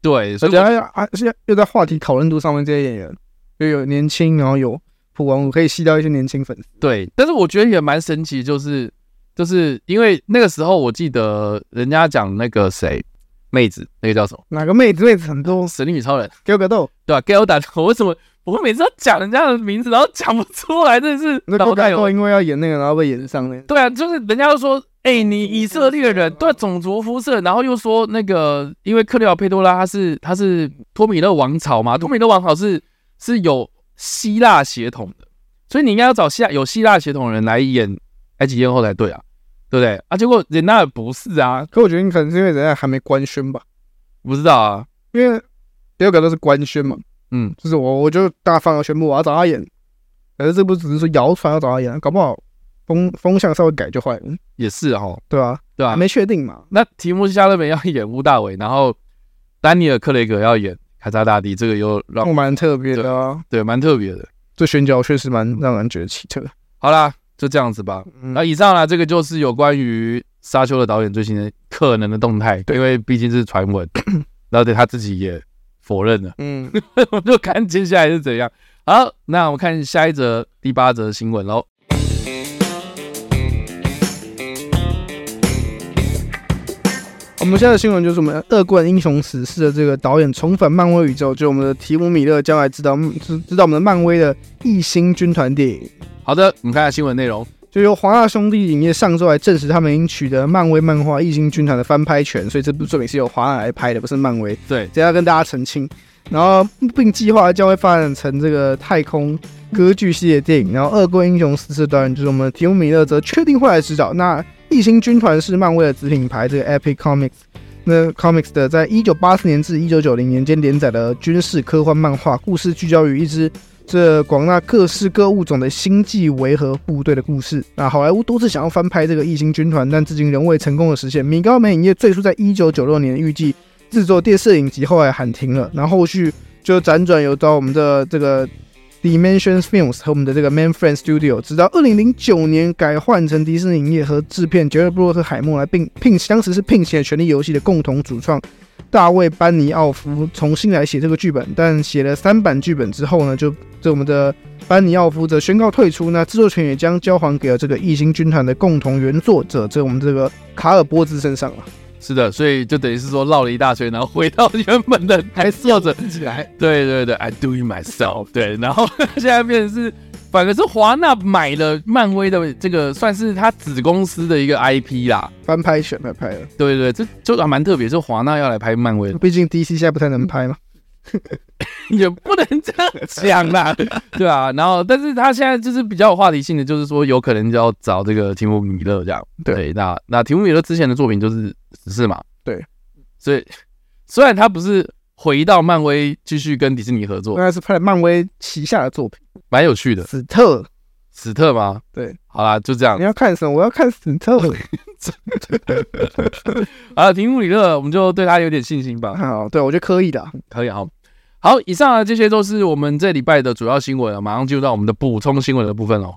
Speaker 1: 对，
Speaker 2: 而
Speaker 1: 所以
Speaker 2: 且
Speaker 1: 我
Speaker 2: 还还是又在话题讨论度上面，这些演员又有年轻，然后有曝光度，可以吸到一些年轻粉丝。
Speaker 1: 对，但是我觉得也蛮神奇，就是就是因为那个时候我记得人家讲那个谁妹子，那个叫什么
Speaker 2: 哪个妹子妹子很
Speaker 1: 《
Speaker 2: 多，
Speaker 1: 神力女超人》。
Speaker 2: 给我个豆，
Speaker 1: 对吧、啊、？Gelda，我 为什么我每次要讲人家的名字，然后讲不出来，真的是
Speaker 2: 那给
Speaker 1: 脑
Speaker 2: 我
Speaker 1: 袋
Speaker 2: 个
Speaker 1: 有
Speaker 2: 豆，因为要演那个，然后被演上那个。
Speaker 1: 对啊，就是人家就说，哎、你以色列人，对种族肤色，然后又说那个，因为克里奥佩多拉他是他是托米勒王朝嘛，托米勒王朝是是有希腊血统的，所以你应该要找希腊有希腊血统的人来演埃及艳后才对啊，对不对？啊，结果人家不是啊，
Speaker 2: 可我觉得你可能是因为人家还没官宣吧，
Speaker 1: 不知道啊，
Speaker 2: 因为给我个豆是官宣嘛，
Speaker 1: 嗯，
Speaker 2: 就是我我就大方的宣布我要找他演，可是这不只是说谣传要找他演，搞不好风风向稍微改就坏了，嗯
Speaker 1: 也是哦，
Speaker 2: 对吧、
Speaker 1: 对吧、
Speaker 2: 还没确定嘛，
Speaker 1: 那提莫西·夏勒梅要演乌大维，然后丹尼尔·克雷格要演凯撒大帝，这个又让
Speaker 2: 我蛮特别的啊，
Speaker 1: 啊对蛮特别的。
Speaker 2: 这选角确实蛮让人觉得奇特。
Speaker 1: 好啦，就这样子吧。
Speaker 2: 嗯
Speaker 1: 那以上呢，这个就是有关于《沙丘》的导演最新的可能的动态，因为毕竟是传闻，然后对他自己也否认了，
Speaker 2: 嗯，
Speaker 1: 我就看接下来是怎样。好，那我们看下一则第八则新闻喽。
Speaker 2: 我们现在的新闻就是我们《恶棍英雄史诗》的这个导演重返漫威宇宙，就我们的提姆·米勒将来指导指指导我们的漫威的异星军团电影。
Speaker 1: 好的，我们看下新闻内容。
Speaker 2: 就由华纳兄弟影业上周来证实，他们已经取得漫威漫画《异星军团》的翻拍权，所以这部作品是由华纳来拍的，不是漫威。
Speaker 1: 对，
Speaker 2: 这要跟大家澄清。然后，并计划将会发展成这个太空歌剧系列电影。然后，《恶棍英雄四世》导演就是我们提姆·米勒，则确定会来指导。那《异星军团》是漫威的子品牌，这个 Epic Comics。那 Comics 的在一九八四年至一九九零年间连载的军事科幻漫画，故事聚焦于一支这广纳各式各物种的星际维和部队的故事。那好莱坞多次想要翻拍这个《异星军团》，但至今仍未成功的实现。米高梅影业最初在一九九六年预计制作电视影集，后来喊停了，然后后续就辗转有到我们的这个 Dimensions Films 和我们的这个 Man Friend Studio，直到二零零九年改换成迪士尼影业和制片杰瑞布洛克海默来并聘，当时是聘请了《权力游戏》的共同主创大卫班尼奥夫重新来写这个剧本，但写了三版剧本之后呢，就这我们的班尼奥夫则宣告退出，那制作权也将交还给了这个异星军团的共同原作者，这我们这个卡尔波兹身上了，
Speaker 1: 是的，所以就等于是说绕了一大圈，然后回到原本的还是作者
Speaker 2: 起来。
Speaker 1: 对对对，I do it myself。对，然后现在变成是反而是华纳买了漫威的这个算是他子公司的一个 IP 啦。
Speaker 2: 翻拍全来拍了，
Speaker 1: 对对对，这就还蛮特别，是华纳要来拍漫威 的，
Speaker 2: 毕竟 DC 现在不太能拍嘛。
Speaker 1: 也不能这样讲 啦，对啊。然后，但是他现在就是比较有话题性的，就是说有可能就要找这个提姆米勒这样。
Speaker 2: 对
Speaker 1: 那那提姆米勒之前的作品就是十四嘛，
Speaker 2: 对。
Speaker 1: 所以虽然他不是回到漫威继续跟迪士尼合作，
Speaker 2: 那是拍了漫威旗下的作品，
Speaker 1: 蛮有趣的。
Speaker 2: 史特。
Speaker 1: 史特吗？
Speaker 2: 对，
Speaker 1: 好啦，就这样
Speaker 2: 你。要看什么？我要看史特。
Speaker 1: 啊，提姆米勒，我们就对他有点信心吧。
Speaker 2: 好，对我觉得可以的。
Speaker 1: 可以啊好。好，以上啊，这些都是我们这礼拜的主要新闻了，啊马上进入到我们的补充新闻的部分哦。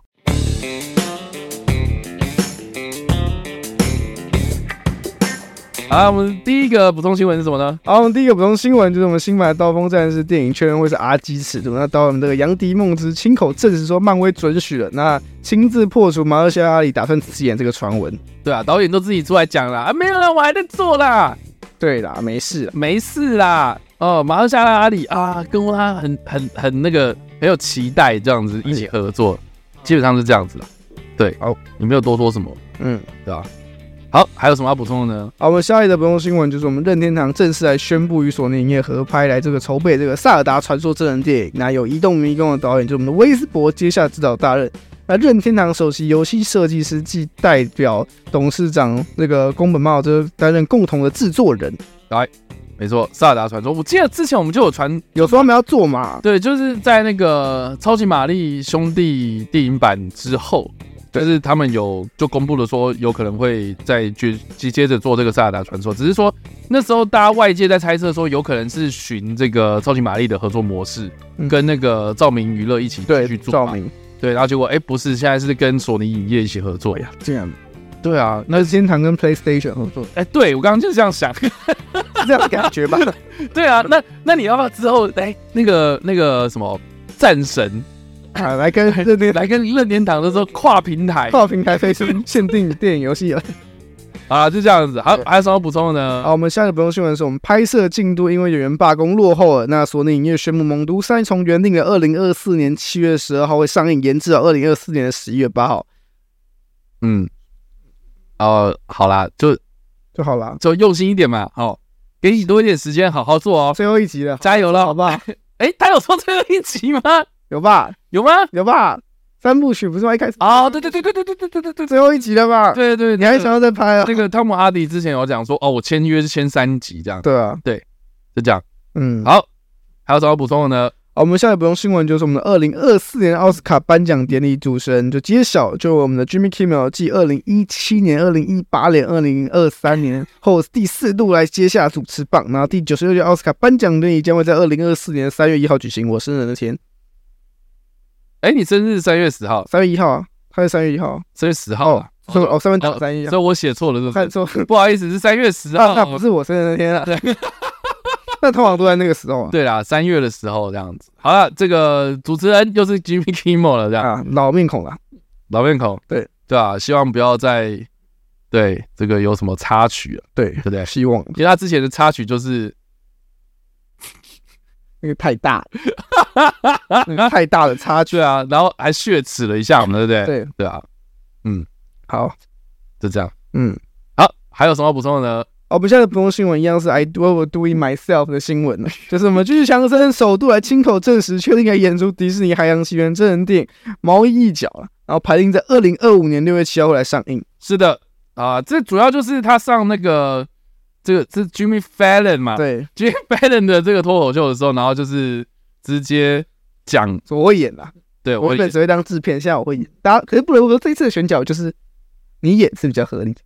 Speaker 1: 好，我们第一个补充新闻是什么呢？
Speaker 2: 好，我们哦第一个补充新闻就是我们新版的《刀锋战士》电影确认会是 R 级尺度。那导演这个杨迪梦之亲口证实说，漫威准许了，那亲自破除马来西亚阿里打算自演这个传闻。
Speaker 1: 对啊，导演都自己出来讲啦，啊，没有啦，我还在做啦，
Speaker 2: 对啦，没事啦。
Speaker 1: 没事啦。哦，马上下拉阿里啊，跟他很很很那个很有期待，这样子一起合作，基本上是这样子啦。对，
Speaker 2: 好，
Speaker 1: 你没有多说什么，
Speaker 2: 嗯，
Speaker 1: 对吧、好，还有什么要补充的呢？
Speaker 2: 好，我们下一的补充新闻就是我们任天堂正式来宣布与索尼影业合拍来这个筹备这个《萨尔达传说》真人电影。那有移动迷宫的导演就是我们的威斯伯接下指导大任。那任天堂首席游戏设计师暨代表董事长那个宫本茂这担任共同的制作人。
Speaker 1: 没错，《萨尔达传说》，我记得之前我们就有传，
Speaker 2: 有时候他们要做嘛，
Speaker 1: 对，就是在那个《超级玛丽兄弟》电影版之后，
Speaker 2: 对
Speaker 1: 就是他们有就公布了说有可能会再接接着做这个《萨尔达传说》，只是说那时候大家外界在猜测说有可能是寻这个超级玛丽的合作模式，
Speaker 2: 嗯
Speaker 1: 跟那个照明娱乐一起
Speaker 2: 对
Speaker 1: 去，做
Speaker 2: 照
Speaker 1: 嘛
Speaker 2: 明
Speaker 1: 对，然后结果哎、不是，现在是跟索尼影业一起合作呀，
Speaker 2: 这样。
Speaker 1: 对啊，那
Speaker 2: 那天堂跟 PlayStation 合作，
Speaker 1: 哎、对我刚刚就是这样想。
Speaker 2: 是这样的感觉吧？
Speaker 1: 对啊，那那你要不要之后来那个那个什么战神
Speaker 2: 啊，来跟任天堂
Speaker 1: 来跟任天堂的时候跨平台
Speaker 2: 跨平台飞升限定电影游戏了。
Speaker 1: 啊，就这样子。还有还有什么要补充的呢？
Speaker 2: 好，我们下一个不用新闻是我们拍摄进度因为演员罢工落后了。那索尼影业宣布，《猛毒三》从原定的二零二四年七月十二号会上映，延至到二零二四年的十一月八号
Speaker 1: 嗯，哦、好啦，就
Speaker 2: 就好了。
Speaker 1: 就用心一点嘛，好、给你多一点时间好好做哦，
Speaker 2: 最后一集了，
Speaker 1: 加油了，
Speaker 2: 好
Speaker 1: 好吧？
Speaker 2: 吧，
Speaker 1: 哎、他有说最后一集吗？
Speaker 2: 有吧，
Speaker 1: 有吗？
Speaker 2: 有吧，三部曲不是吗？一开始啊
Speaker 1: 哦，对对对对对对对对对对啊
Speaker 2: 最后一集了吧？
Speaker 1: 对对，
Speaker 2: 你还想要再拍啊？
Speaker 1: 那个汤姆哈迪之前有讲说，哦，我签约是签三集这样，
Speaker 2: 对啊，
Speaker 1: 就这样。
Speaker 2: 嗯，
Speaker 1: 好，还有什么要补充的呢？
Speaker 2: 好，我们下一个不用新闻就是我们的二零二四年奥斯卡颁奖典礼主持人就揭晓，就我们的 Jimmy Kimmel 继二零一七年、二零一八年、二零二三年后第四度来接下主持棒。那第九十六届奥斯卡颁奖典礼将会在二零二四年三月一号举行，我生日那天，
Speaker 1: 哎、你生日三月十号，
Speaker 2: 三月一号啊，他是三月一号，
Speaker 1: 三月十号啊。
Speaker 2: 所以哦，三月
Speaker 1: 哦
Speaker 2: 三月一号，
Speaker 1: 所以我写错了，是不
Speaker 2: 看
Speaker 1: 是？哦
Speaker 2: 错，
Speaker 1: 不好意思，是三月十
Speaker 2: 那
Speaker 1: 号
Speaker 2: 那不。是我生日那天啊， 那通常都在那个时候啊，
Speaker 1: 对啦，三月的时候这样子。好了，这个主持人又是 Jimmy Kimmel 了，这样
Speaker 2: 啊，老面孔了，
Speaker 1: 老面孔。
Speaker 2: 对
Speaker 1: 对啊，希望不要再对这个有什么插曲了，
Speaker 2: 对
Speaker 1: 对，不对？
Speaker 2: 希望
Speaker 1: 因为他之前的插曲就是
Speaker 2: 那个太大了，那个太大的差距，
Speaker 1: 对啊，然后还血耻了一下我们，对不对？
Speaker 2: 对，
Speaker 1: 对啊，
Speaker 2: 好，
Speaker 1: 就这样。
Speaker 2: 嗯。
Speaker 1: 好，还有什么要补充的呢？
Speaker 2: 哦，我们现在的补充新闻一样是 I do I do it myself 的新闻呢， 就是我们巨石强森首度来亲口证实，确定要演出迪士尼《海洋奇缘》真人电影《毛衣一角》了，然后排定在二零二五年六月七号会来上映。
Speaker 1: 是的啊、这主要就是他上那个这个这是 Jimmy Fallon 嘛，
Speaker 2: 对，
Speaker 1: Jimmy Fallon 的这个脱口秀的时候，然后就是直接讲，
Speaker 2: 所以我会演啦，
Speaker 1: 对
Speaker 2: 我
Speaker 1: 我
Speaker 2: 原本只会当制片，现在我会演。大家可是不得不说，这一次的选角就是你演是比较合理的。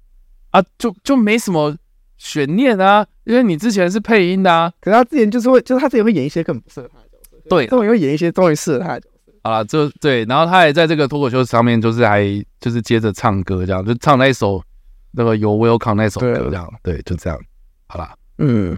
Speaker 1: 啊，就就没什么悬念啊，因为你之前是配音的啊。
Speaker 2: 可是他之前就是会，就是他之前会演一些更不适合他的角色，
Speaker 1: 对
Speaker 2: 终于会演一些终于适合他的角色。
Speaker 1: 好了，就对，然后他也在这个脱口秀上面，就是还就是接着唱歌，这样就唱那一首那个有 Welcome 那首歌
Speaker 2: 对啊
Speaker 1: 这样，对，就这样，好啦，
Speaker 2: 嗯。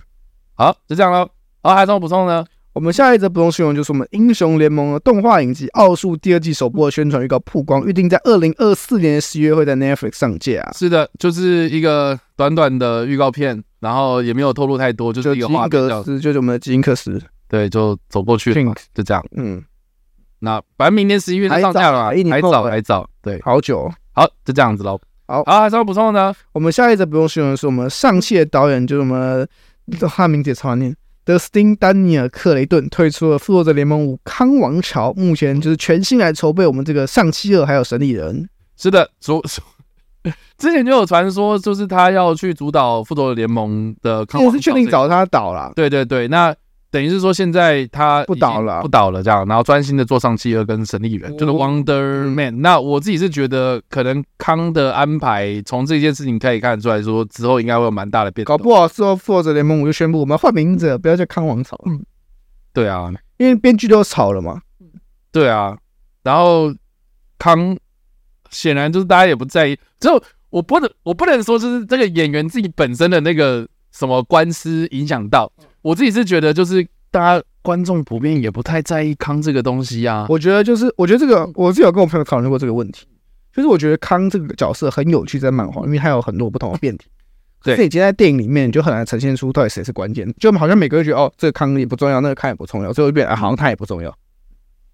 Speaker 1: 好，就这样喽。好，还有什么补充呢？
Speaker 2: 我们下一则不用新闻就是我们《英雄联盟》的动画影集《奥数》第二季首播的宣传预告曝光，预定在二零二四年十月会在 Netflix 上架、啊，
Speaker 1: 是的，就是一个短短的预告片，然后也没有透露太多，就是
Speaker 2: 就
Speaker 1: 一
Speaker 2: 基
Speaker 1: 个画
Speaker 2: 因
Speaker 1: 面这
Speaker 2: 格
Speaker 1: 样，
Speaker 2: 斯，就是我们的基因克斯。
Speaker 1: 对，就走过去了嘛，就这样。
Speaker 2: 嗯，
Speaker 1: 那反正明年十一月就上架了嘛，
Speaker 2: 还早一
Speaker 1: 还
Speaker 2: 年后
Speaker 1: 早
Speaker 2: 哎
Speaker 1: 还早，对，
Speaker 2: 好久哦、
Speaker 1: 好，就这样子喽。
Speaker 2: 好
Speaker 1: 好，还有什么补充的呢？
Speaker 2: 我们下一则不用新闻是我们上期的导演，就是我们他名字也超难念。德斯汀·丹尼尔·克雷顿推出了《复仇者联盟五：康王朝》，目前就是全新来筹备我们这个上期二还有神力人。
Speaker 1: 是的，主 之前就有传说，就是他要去主导复仇者联盟的康
Speaker 2: 也
Speaker 1: 王
Speaker 2: 是
Speaker 1: 朝
Speaker 2: 确定
Speaker 1: 这个
Speaker 2: 找他导啦，
Speaker 1: 对对对，那等于是说现在他
Speaker 2: 不
Speaker 1: 已经
Speaker 2: 倒了啊哦
Speaker 1: 不倒了这样，然后专心的做上企鹅跟神力人，就是 Wonder
Speaker 2: 嗯
Speaker 1: Man。那我自己是觉得，可能康的安排从这件事情可以看得出来说，之后应该会有蛮大的变
Speaker 2: 搞
Speaker 1: 动。
Speaker 2: 不好之后《复仇者联盟五》就宣布我们要换名字了，不要叫康王朝，
Speaker 1: 对啊，
Speaker 2: 因为编剧都炒了嘛。
Speaker 1: 对啊，然后康显然就是大家也不在意，之后我不能我不能说就是这个演员自己本身的那个什么官司影响到，我自己是觉得就是大家观众普遍也不太在意康这个东西啊。嗯
Speaker 2: 我觉得就是，我觉得这个我自己有跟我朋友讨论过这个问题，就是我觉得康这个角色很有趣，在漫画，因为他有很多不同的变体。
Speaker 1: 对
Speaker 2: 所以今天在电影里面，你就很难呈现出到底谁是关键。就好像每个人觉得哦，这个康也不重要，那个康也不重要，最后一
Speaker 1: 嗯
Speaker 2: 遍啊，好像他也不 重要。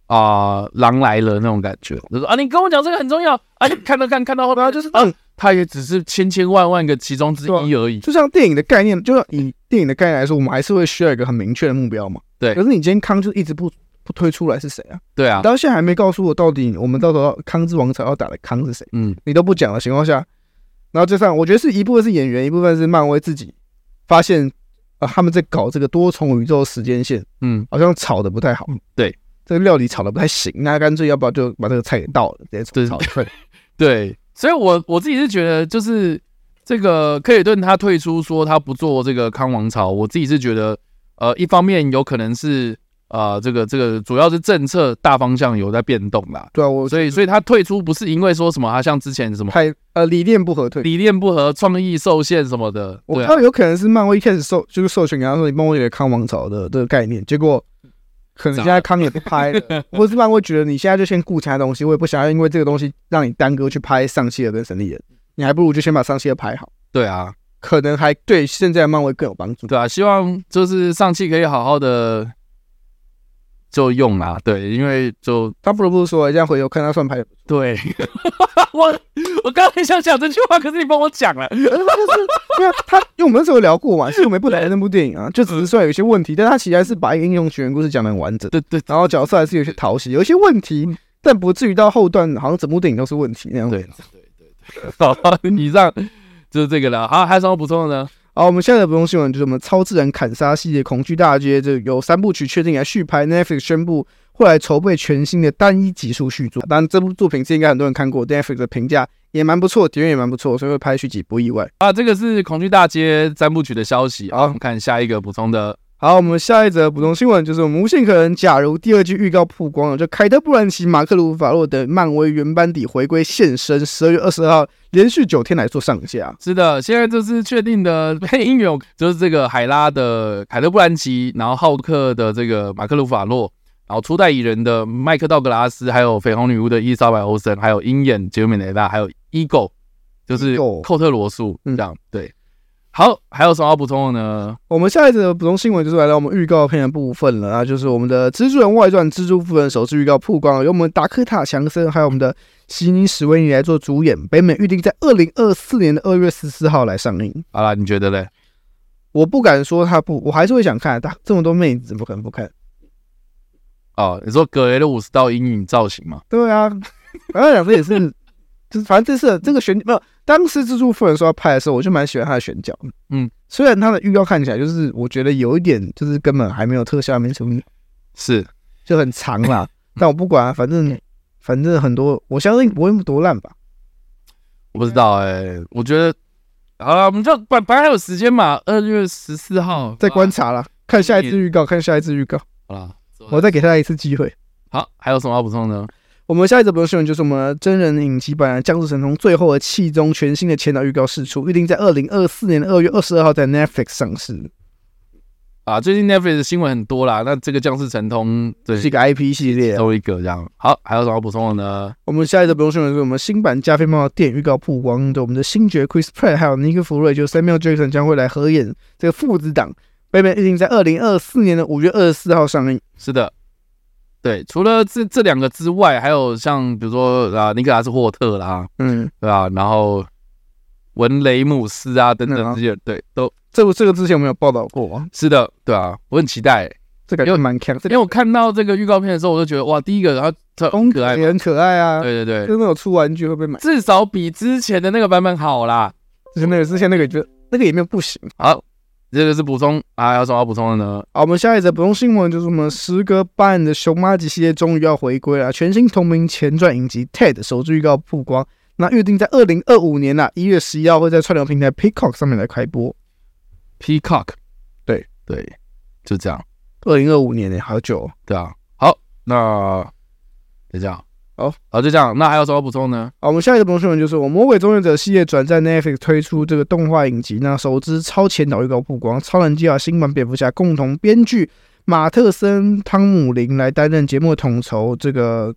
Speaker 1: 啊、狼来了那种感觉，就说啊，你跟我讲这个很重要，啊，你看到看看到后面就是，
Speaker 2: 啊
Speaker 1: 嗯、他也只是千千万万个其中之一而已，
Speaker 2: 就像电影的概念，就像以电影的概念来说，我们还是会需要一个很明确的目标嘛。
Speaker 1: 对
Speaker 2: 可是你今天康就一直不不推出来是谁啊？
Speaker 1: 对啊，
Speaker 2: 到现在还没告诉我到底我们到时候康之王朝要打的康是谁，
Speaker 1: 嗯，
Speaker 2: 你都不讲的情况下，然后加上我觉得是一部分是演员，一部分是漫威自己发现，呃，他们在搞这个多重宇宙时间线，
Speaker 1: 嗯，
Speaker 2: 好像炒的不太好，
Speaker 1: 对，
Speaker 2: 这个料理炒的不太行，那干脆要不要就把这个菜给倒了，直
Speaker 1: 对
Speaker 2: 接炒出来。
Speaker 1: 对，所以我我自己是觉得，就是这个克里顿他退出说他不做这个康王朝，我自己是觉得，呃，一方面有可能是呃这个这个主要是政策大方向有在变动啦，
Speaker 2: 对啊，我
Speaker 1: 所以所以他退出不是因为说什么他像之前什么
Speaker 2: 太呃理念不合退。
Speaker 1: 理念不合、创意受限什么的，
Speaker 2: 我
Speaker 1: 对
Speaker 2: 知
Speaker 1: 啊，
Speaker 2: 道有可能是漫威一开始授就是授权给他说你帮我写康王朝的这个概念，结果可能现在康也不拍 了，或是漫威觉得你现在就先顾其他东西，我也不想要因为这个东西让你耽搁去拍上希尔跟神力人，你还不如就先把上希尔拍好，
Speaker 1: 对啊，
Speaker 2: 可能还对现在的漫威更有帮助。
Speaker 1: 对啊，希望就是上汽可以好好的就用啦，对，因为就
Speaker 2: 他不得不说，这样回头看他算拍的，
Speaker 1: 对 我我刚才想讲这句话，可是你帮我讲了，
Speaker 2: 就是因为他因为我们那时候有聊过嘛，其实我们也不聊那部电影啊，就只是虽然有些问题，但他其实还是把一个英雄起源故事讲得很完整，
Speaker 1: 对对
Speaker 2: 然后角色还是有些讨喜，有一些问题，但不至于到后段好像整部电影都是问题那样子。
Speaker 1: 对 好，以上就是这个了。好，还有什么补充的呢？
Speaker 2: 好，我们现在的不用新闻就是我们超自然砍杀系列《恐惧大街》这有三部曲确定来续拍，Netflix 宣布会来筹备全新的单一集数续作。当然，这部作品是应该很多人看过，Netflix 的评价也蛮不错，体验也蛮不错，所以会拍续集不意外。
Speaker 1: 啊，这个是《恐惧大街》三部曲的消息啊。
Speaker 2: 好
Speaker 1: 我们看下一个补充的，
Speaker 2: 好，我们下一则补充新闻就是我们无限可能，假如第二季预告曝光了，就凯特·布兰奇、马克·鲁法洛等漫威原班底回归现身，十二月二十号连续九天来做上架。
Speaker 1: 是的，现在就是确定的配音员有就是这个海拉的凯特·布兰奇，然后浩克的这个马克·鲁法洛，然后初代蚁人的麦克·道格拉斯，还有绯红女巫的伊莎白·欧森，还有鹰眼杰米·雷拉，还有 Ego，就是
Speaker 2: Ego
Speaker 1: 寇特·罗素这
Speaker 2: 嗯
Speaker 1: 样。对，好，还有什么要补充的呢？
Speaker 2: 我们下一则补充新闻就是来到我们预告片的部分了啊，就是我们的《蜘蛛人外传》《蜘蛛夫人》首次预告曝光了，由我们达科塔·强森还有我们的悉尼·史威尼来做主演，北美预定在二零二四年的二月十四号来上映。
Speaker 1: 好啦，你觉得嘞？
Speaker 2: 我不敢说他不，我还是会想看。大这么多妹子，怎么可能不看？
Speaker 1: 哦，你说葛雷的五十道阴影造型吗？
Speaker 2: 对啊，然后两个也是，就是反正这次这个选没有，当时蜘蛛夫人说要拍的时候，我就蛮喜欢他的选角。
Speaker 1: 嗯，
Speaker 2: 虽然他的预告看起来就是我觉得有一点就是根本还没有特效，还没什么
Speaker 1: 是，
Speaker 2: 就很长啦。但我不管、啊，反正反正很多，我相信不会多烂吧。
Speaker 1: 我不知道哎、
Speaker 2: 嗯
Speaker 1: 我觉得，好了，我们就本本来还有时间嘛，二月十四号
Speaker 2: 再观察啦，看下一次预告，看下一次预告，
Speaker 1: 好啦，走
Speaker 2: 我再给他一次机会。
Speaker 1: 好，还有什么要补充的？
Speaker 2: 我们下一则不用新闻就是我们真人影集版《降世神通》最后的气中全新的前导预告释出，预定在二零二四年二月二十二号在 Netflix 上市，
Speaker 1: 啊，最近 Netflix 的新闻很多啦，那这个《降世神通》对
Speaker 2: 是一个 IP 系列。
Speaker 1: 都一个这样。好，还有什么要补充的呢？
Speaker 2: 我们下一则不用新闻是我们新版加菲猫的电影预告曝光的，我们的星爵 Chris Pratt 还有尼克弗瑞就 Samuel Jackson 将会来合演这个父子档，北美预定在二零二四年的五月二十四号上映。
Speaker 1: 是的，对，除了这这两个之外，还有像比如说啊，尼克拉斯霍特啦，
Speaker 2: 嗯，
Speaker 1: 对吧、然后文雷姆斯啊等
Speaker 2: 嗯
Speaker 1: 等
Speaker 2: 啊
Speaker 1: 这些，对，都
Speaker 2: 这个这个之前我们有报道过啊，
Speaker 1: 是的，对啊，我很期待，
Speaker 2: 这感觉蛮强，这
Speaker 1: 因为我看到这个预告片的时候，我就觉得哇，第一个然后特
Speaker 2: 公
Speaker 1: 可爱嘛，
Speaker 2: 也很可爱啊。
Speaker 1: 对对对，
Speaker 2: 就是那种出玩具会不会买？
Speaker 1: 至少比之前的那个版本好啦。
Speaker 2: 就是那个之前那个，觉得那个也没有不行。
Speaker 1: 好，这个是补充啊，有什么要补充的呢？
Speaker 2: 好，我们下一则补充新闻就是我们时隔八年的熊妈吉系列终于要回归了，全新同名前传影集《TED》首支预告曝光，那预定在二零二五年呐、啊、一月十一号会在串流平台 Peacock 上面来开播。
Speaker 1: Peacock，
Speaker 2: 对
Speaker 1: 对，就这样，
Speaker 2: 二零二五年呢、好久、哦。
Speaker 1: 对啊。好，那就这样，
Speaker 2: 好，
Speaker 1: 好，就这样。那还有什么要补充呢？
Speaker 2: 好，我们下一个补充新闻就是我《魔鬼终结者》系列转战 Netflix 推出这个动画影集，那首支超前导预告曝光，超人计划新版蝙蝠侠共同编剧马特森汤姆林来担任节目的统筹，这个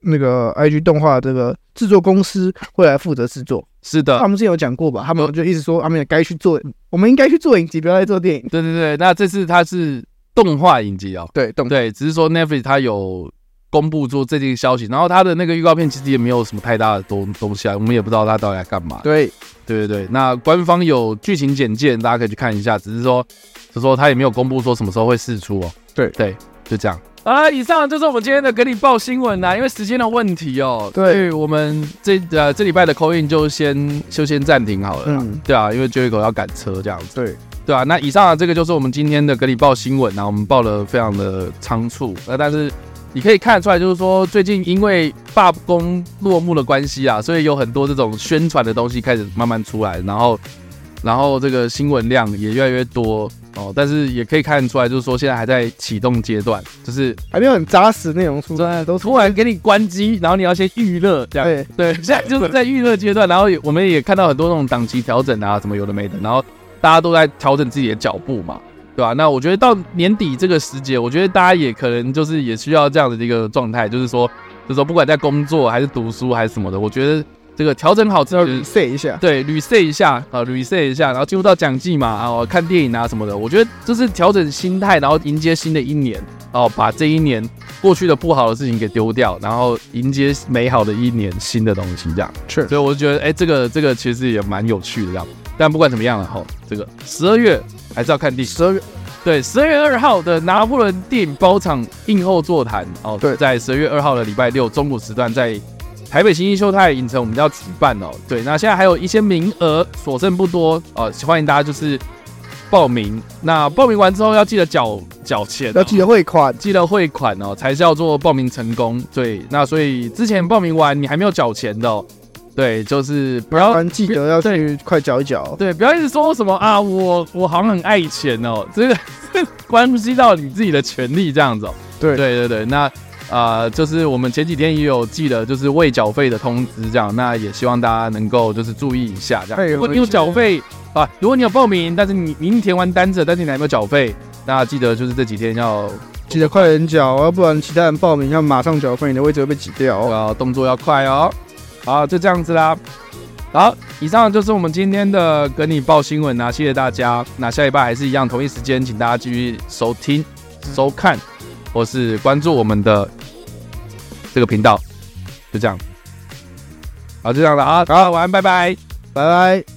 Speaker 2: 那个 IG 动画这个制作公司会来负责制作。啊
Speaker 1: 是的
Speaker 2: 他，们之前有讲过吧？他们就一直说他们也该去做，我们应该去做影集，不要再做电影。
Speaker 1: 对对对。那这次它是动画影集哦，
Speaker 2: 对，懂。
Speaker 1: 对，只是说 Netflix 它有公布做这件消息，然后它的那个预告片其实也没有什么太大的东东西啊，我们也不知道它到底在干嘛。
Speaker 2: 对，啊
Speaker 1: 对对对，那官方有剧情简介，大家可以去看一下。只是说，只是说他也没有公布说什么时候会释出哦。
Speaker 2: 对
Speaker 1: 对，就这样。啊、以上就是我们今天的给你报新闻啦、啊因为时间的问题哦。
Speaker 2: 对
Speaker 1: 所以我们这呃这礼拜的口音就先就先暂停好了啦。
Speaker 2: 嗯，
Speaker 1: 对啊，因为 Jericho 要赶车这样子。
Speaker 2: 对，
Speaker 1: 对啊，那以上、啊、这个就是我们今天的格里报新闻啊，我们报了非常的仓促，那但是你可以看得出来，就是说最近因为罢工落幕的关系啊，所以有很多这种宣传的东西开始慢慢出来，然后然后这个新闻量也越来越多哦，但是也可以看得出来，就是说现在还在启动阶段，就是
Speaker 2: 还没有很扎实内容出来。
Speaker 1: 都突然给你关机，然后你要先预热这样。
Speaker 2: 对，
Speaker 1: 对，现在就是在预热阶段，然后也我们也看到很多那种档期调整啊，什么有的没的，然后大家都在调整自己的脚步嘛，对吧、那我觉得到年底这个时节，我觉得大家也可能就是也需要这样的一个状态，就是说，就是说不管在工作还是读书还是什么的，我觉得这个调整好之后
Speaker 2: 要，reset 一下。
Speaker 1: 对，reset 一下啊，reset 一下，然后进入到讲季嘛，啊，我看电影啊什么的，我觉得就是调整心态，然后迎接新的一年，哦、把这一年过去的不好的事情给丢掉，然后迎接美好的一年新的东西，这样。
Speaker 2: 是
Speaker 1: 所以我就觉得，哎、这个这个其实也蛮有趣的这样。但不管怎么样了，吼，这个十二月还是要看第
Speaker 2: 十二月
Speaker 1: 对，十二月二号的拿破仑电影包场映后座谈哦，
Speaker 2: 对
Speaker 1: 在十二月二号的礼拜六中午时段，在台北新一秀泰影城我们要举办哦。对，那现在还有一些名额，所剩不多哦，欢迎大家就是报名。那报名完之后要记得缴缴钱、哦
Speaker 2: 要记得汇款。
Speaker 1: 记得汇款哦，才叫做报名成功。对，那所以之前报名完你还没有缴钱的、哦，对，就是不要
Speaker 2: 不然记得要去快搅一搅。
Speaker 1: 对，不要一直说什么啊，我我好像很爱钱哦，这个 关系到你自己的权利这样子哦。
Speaker 2: 对
Speaker 1: 对对对，那呃，就是我们前几天也有记得，就是未缴费的通知这样，那也希望大家能够就是注意一下这样。
Speaker 2: 哎
Speaker 1: 如果
Speaker 2: 我
Speaker 1: 你有
Speaker 2: 觉
Speaker 1: 缴
Speaker 2: 得
Speaker 1: 费啊，如果你有报名，但是你你已经填完单子了，但是你还没有缴费，那记得就是这几天要
Speaker 2: 记得快点缴，要不然其他人报名要马上缴费，你的位置会被挤掉哦。
Speaker 1: 呃，动作要快哦。好，就这样子啦。好，以上就是我们今天的跟你报新闻啊，谢谢大家。那下一拜还是一样，同一时间，请大家继续收听、收看或是关注我们的这个频道。就这样，好，就这样了啊，好，晚安，拜拜。
Speaker 2: 拜拜。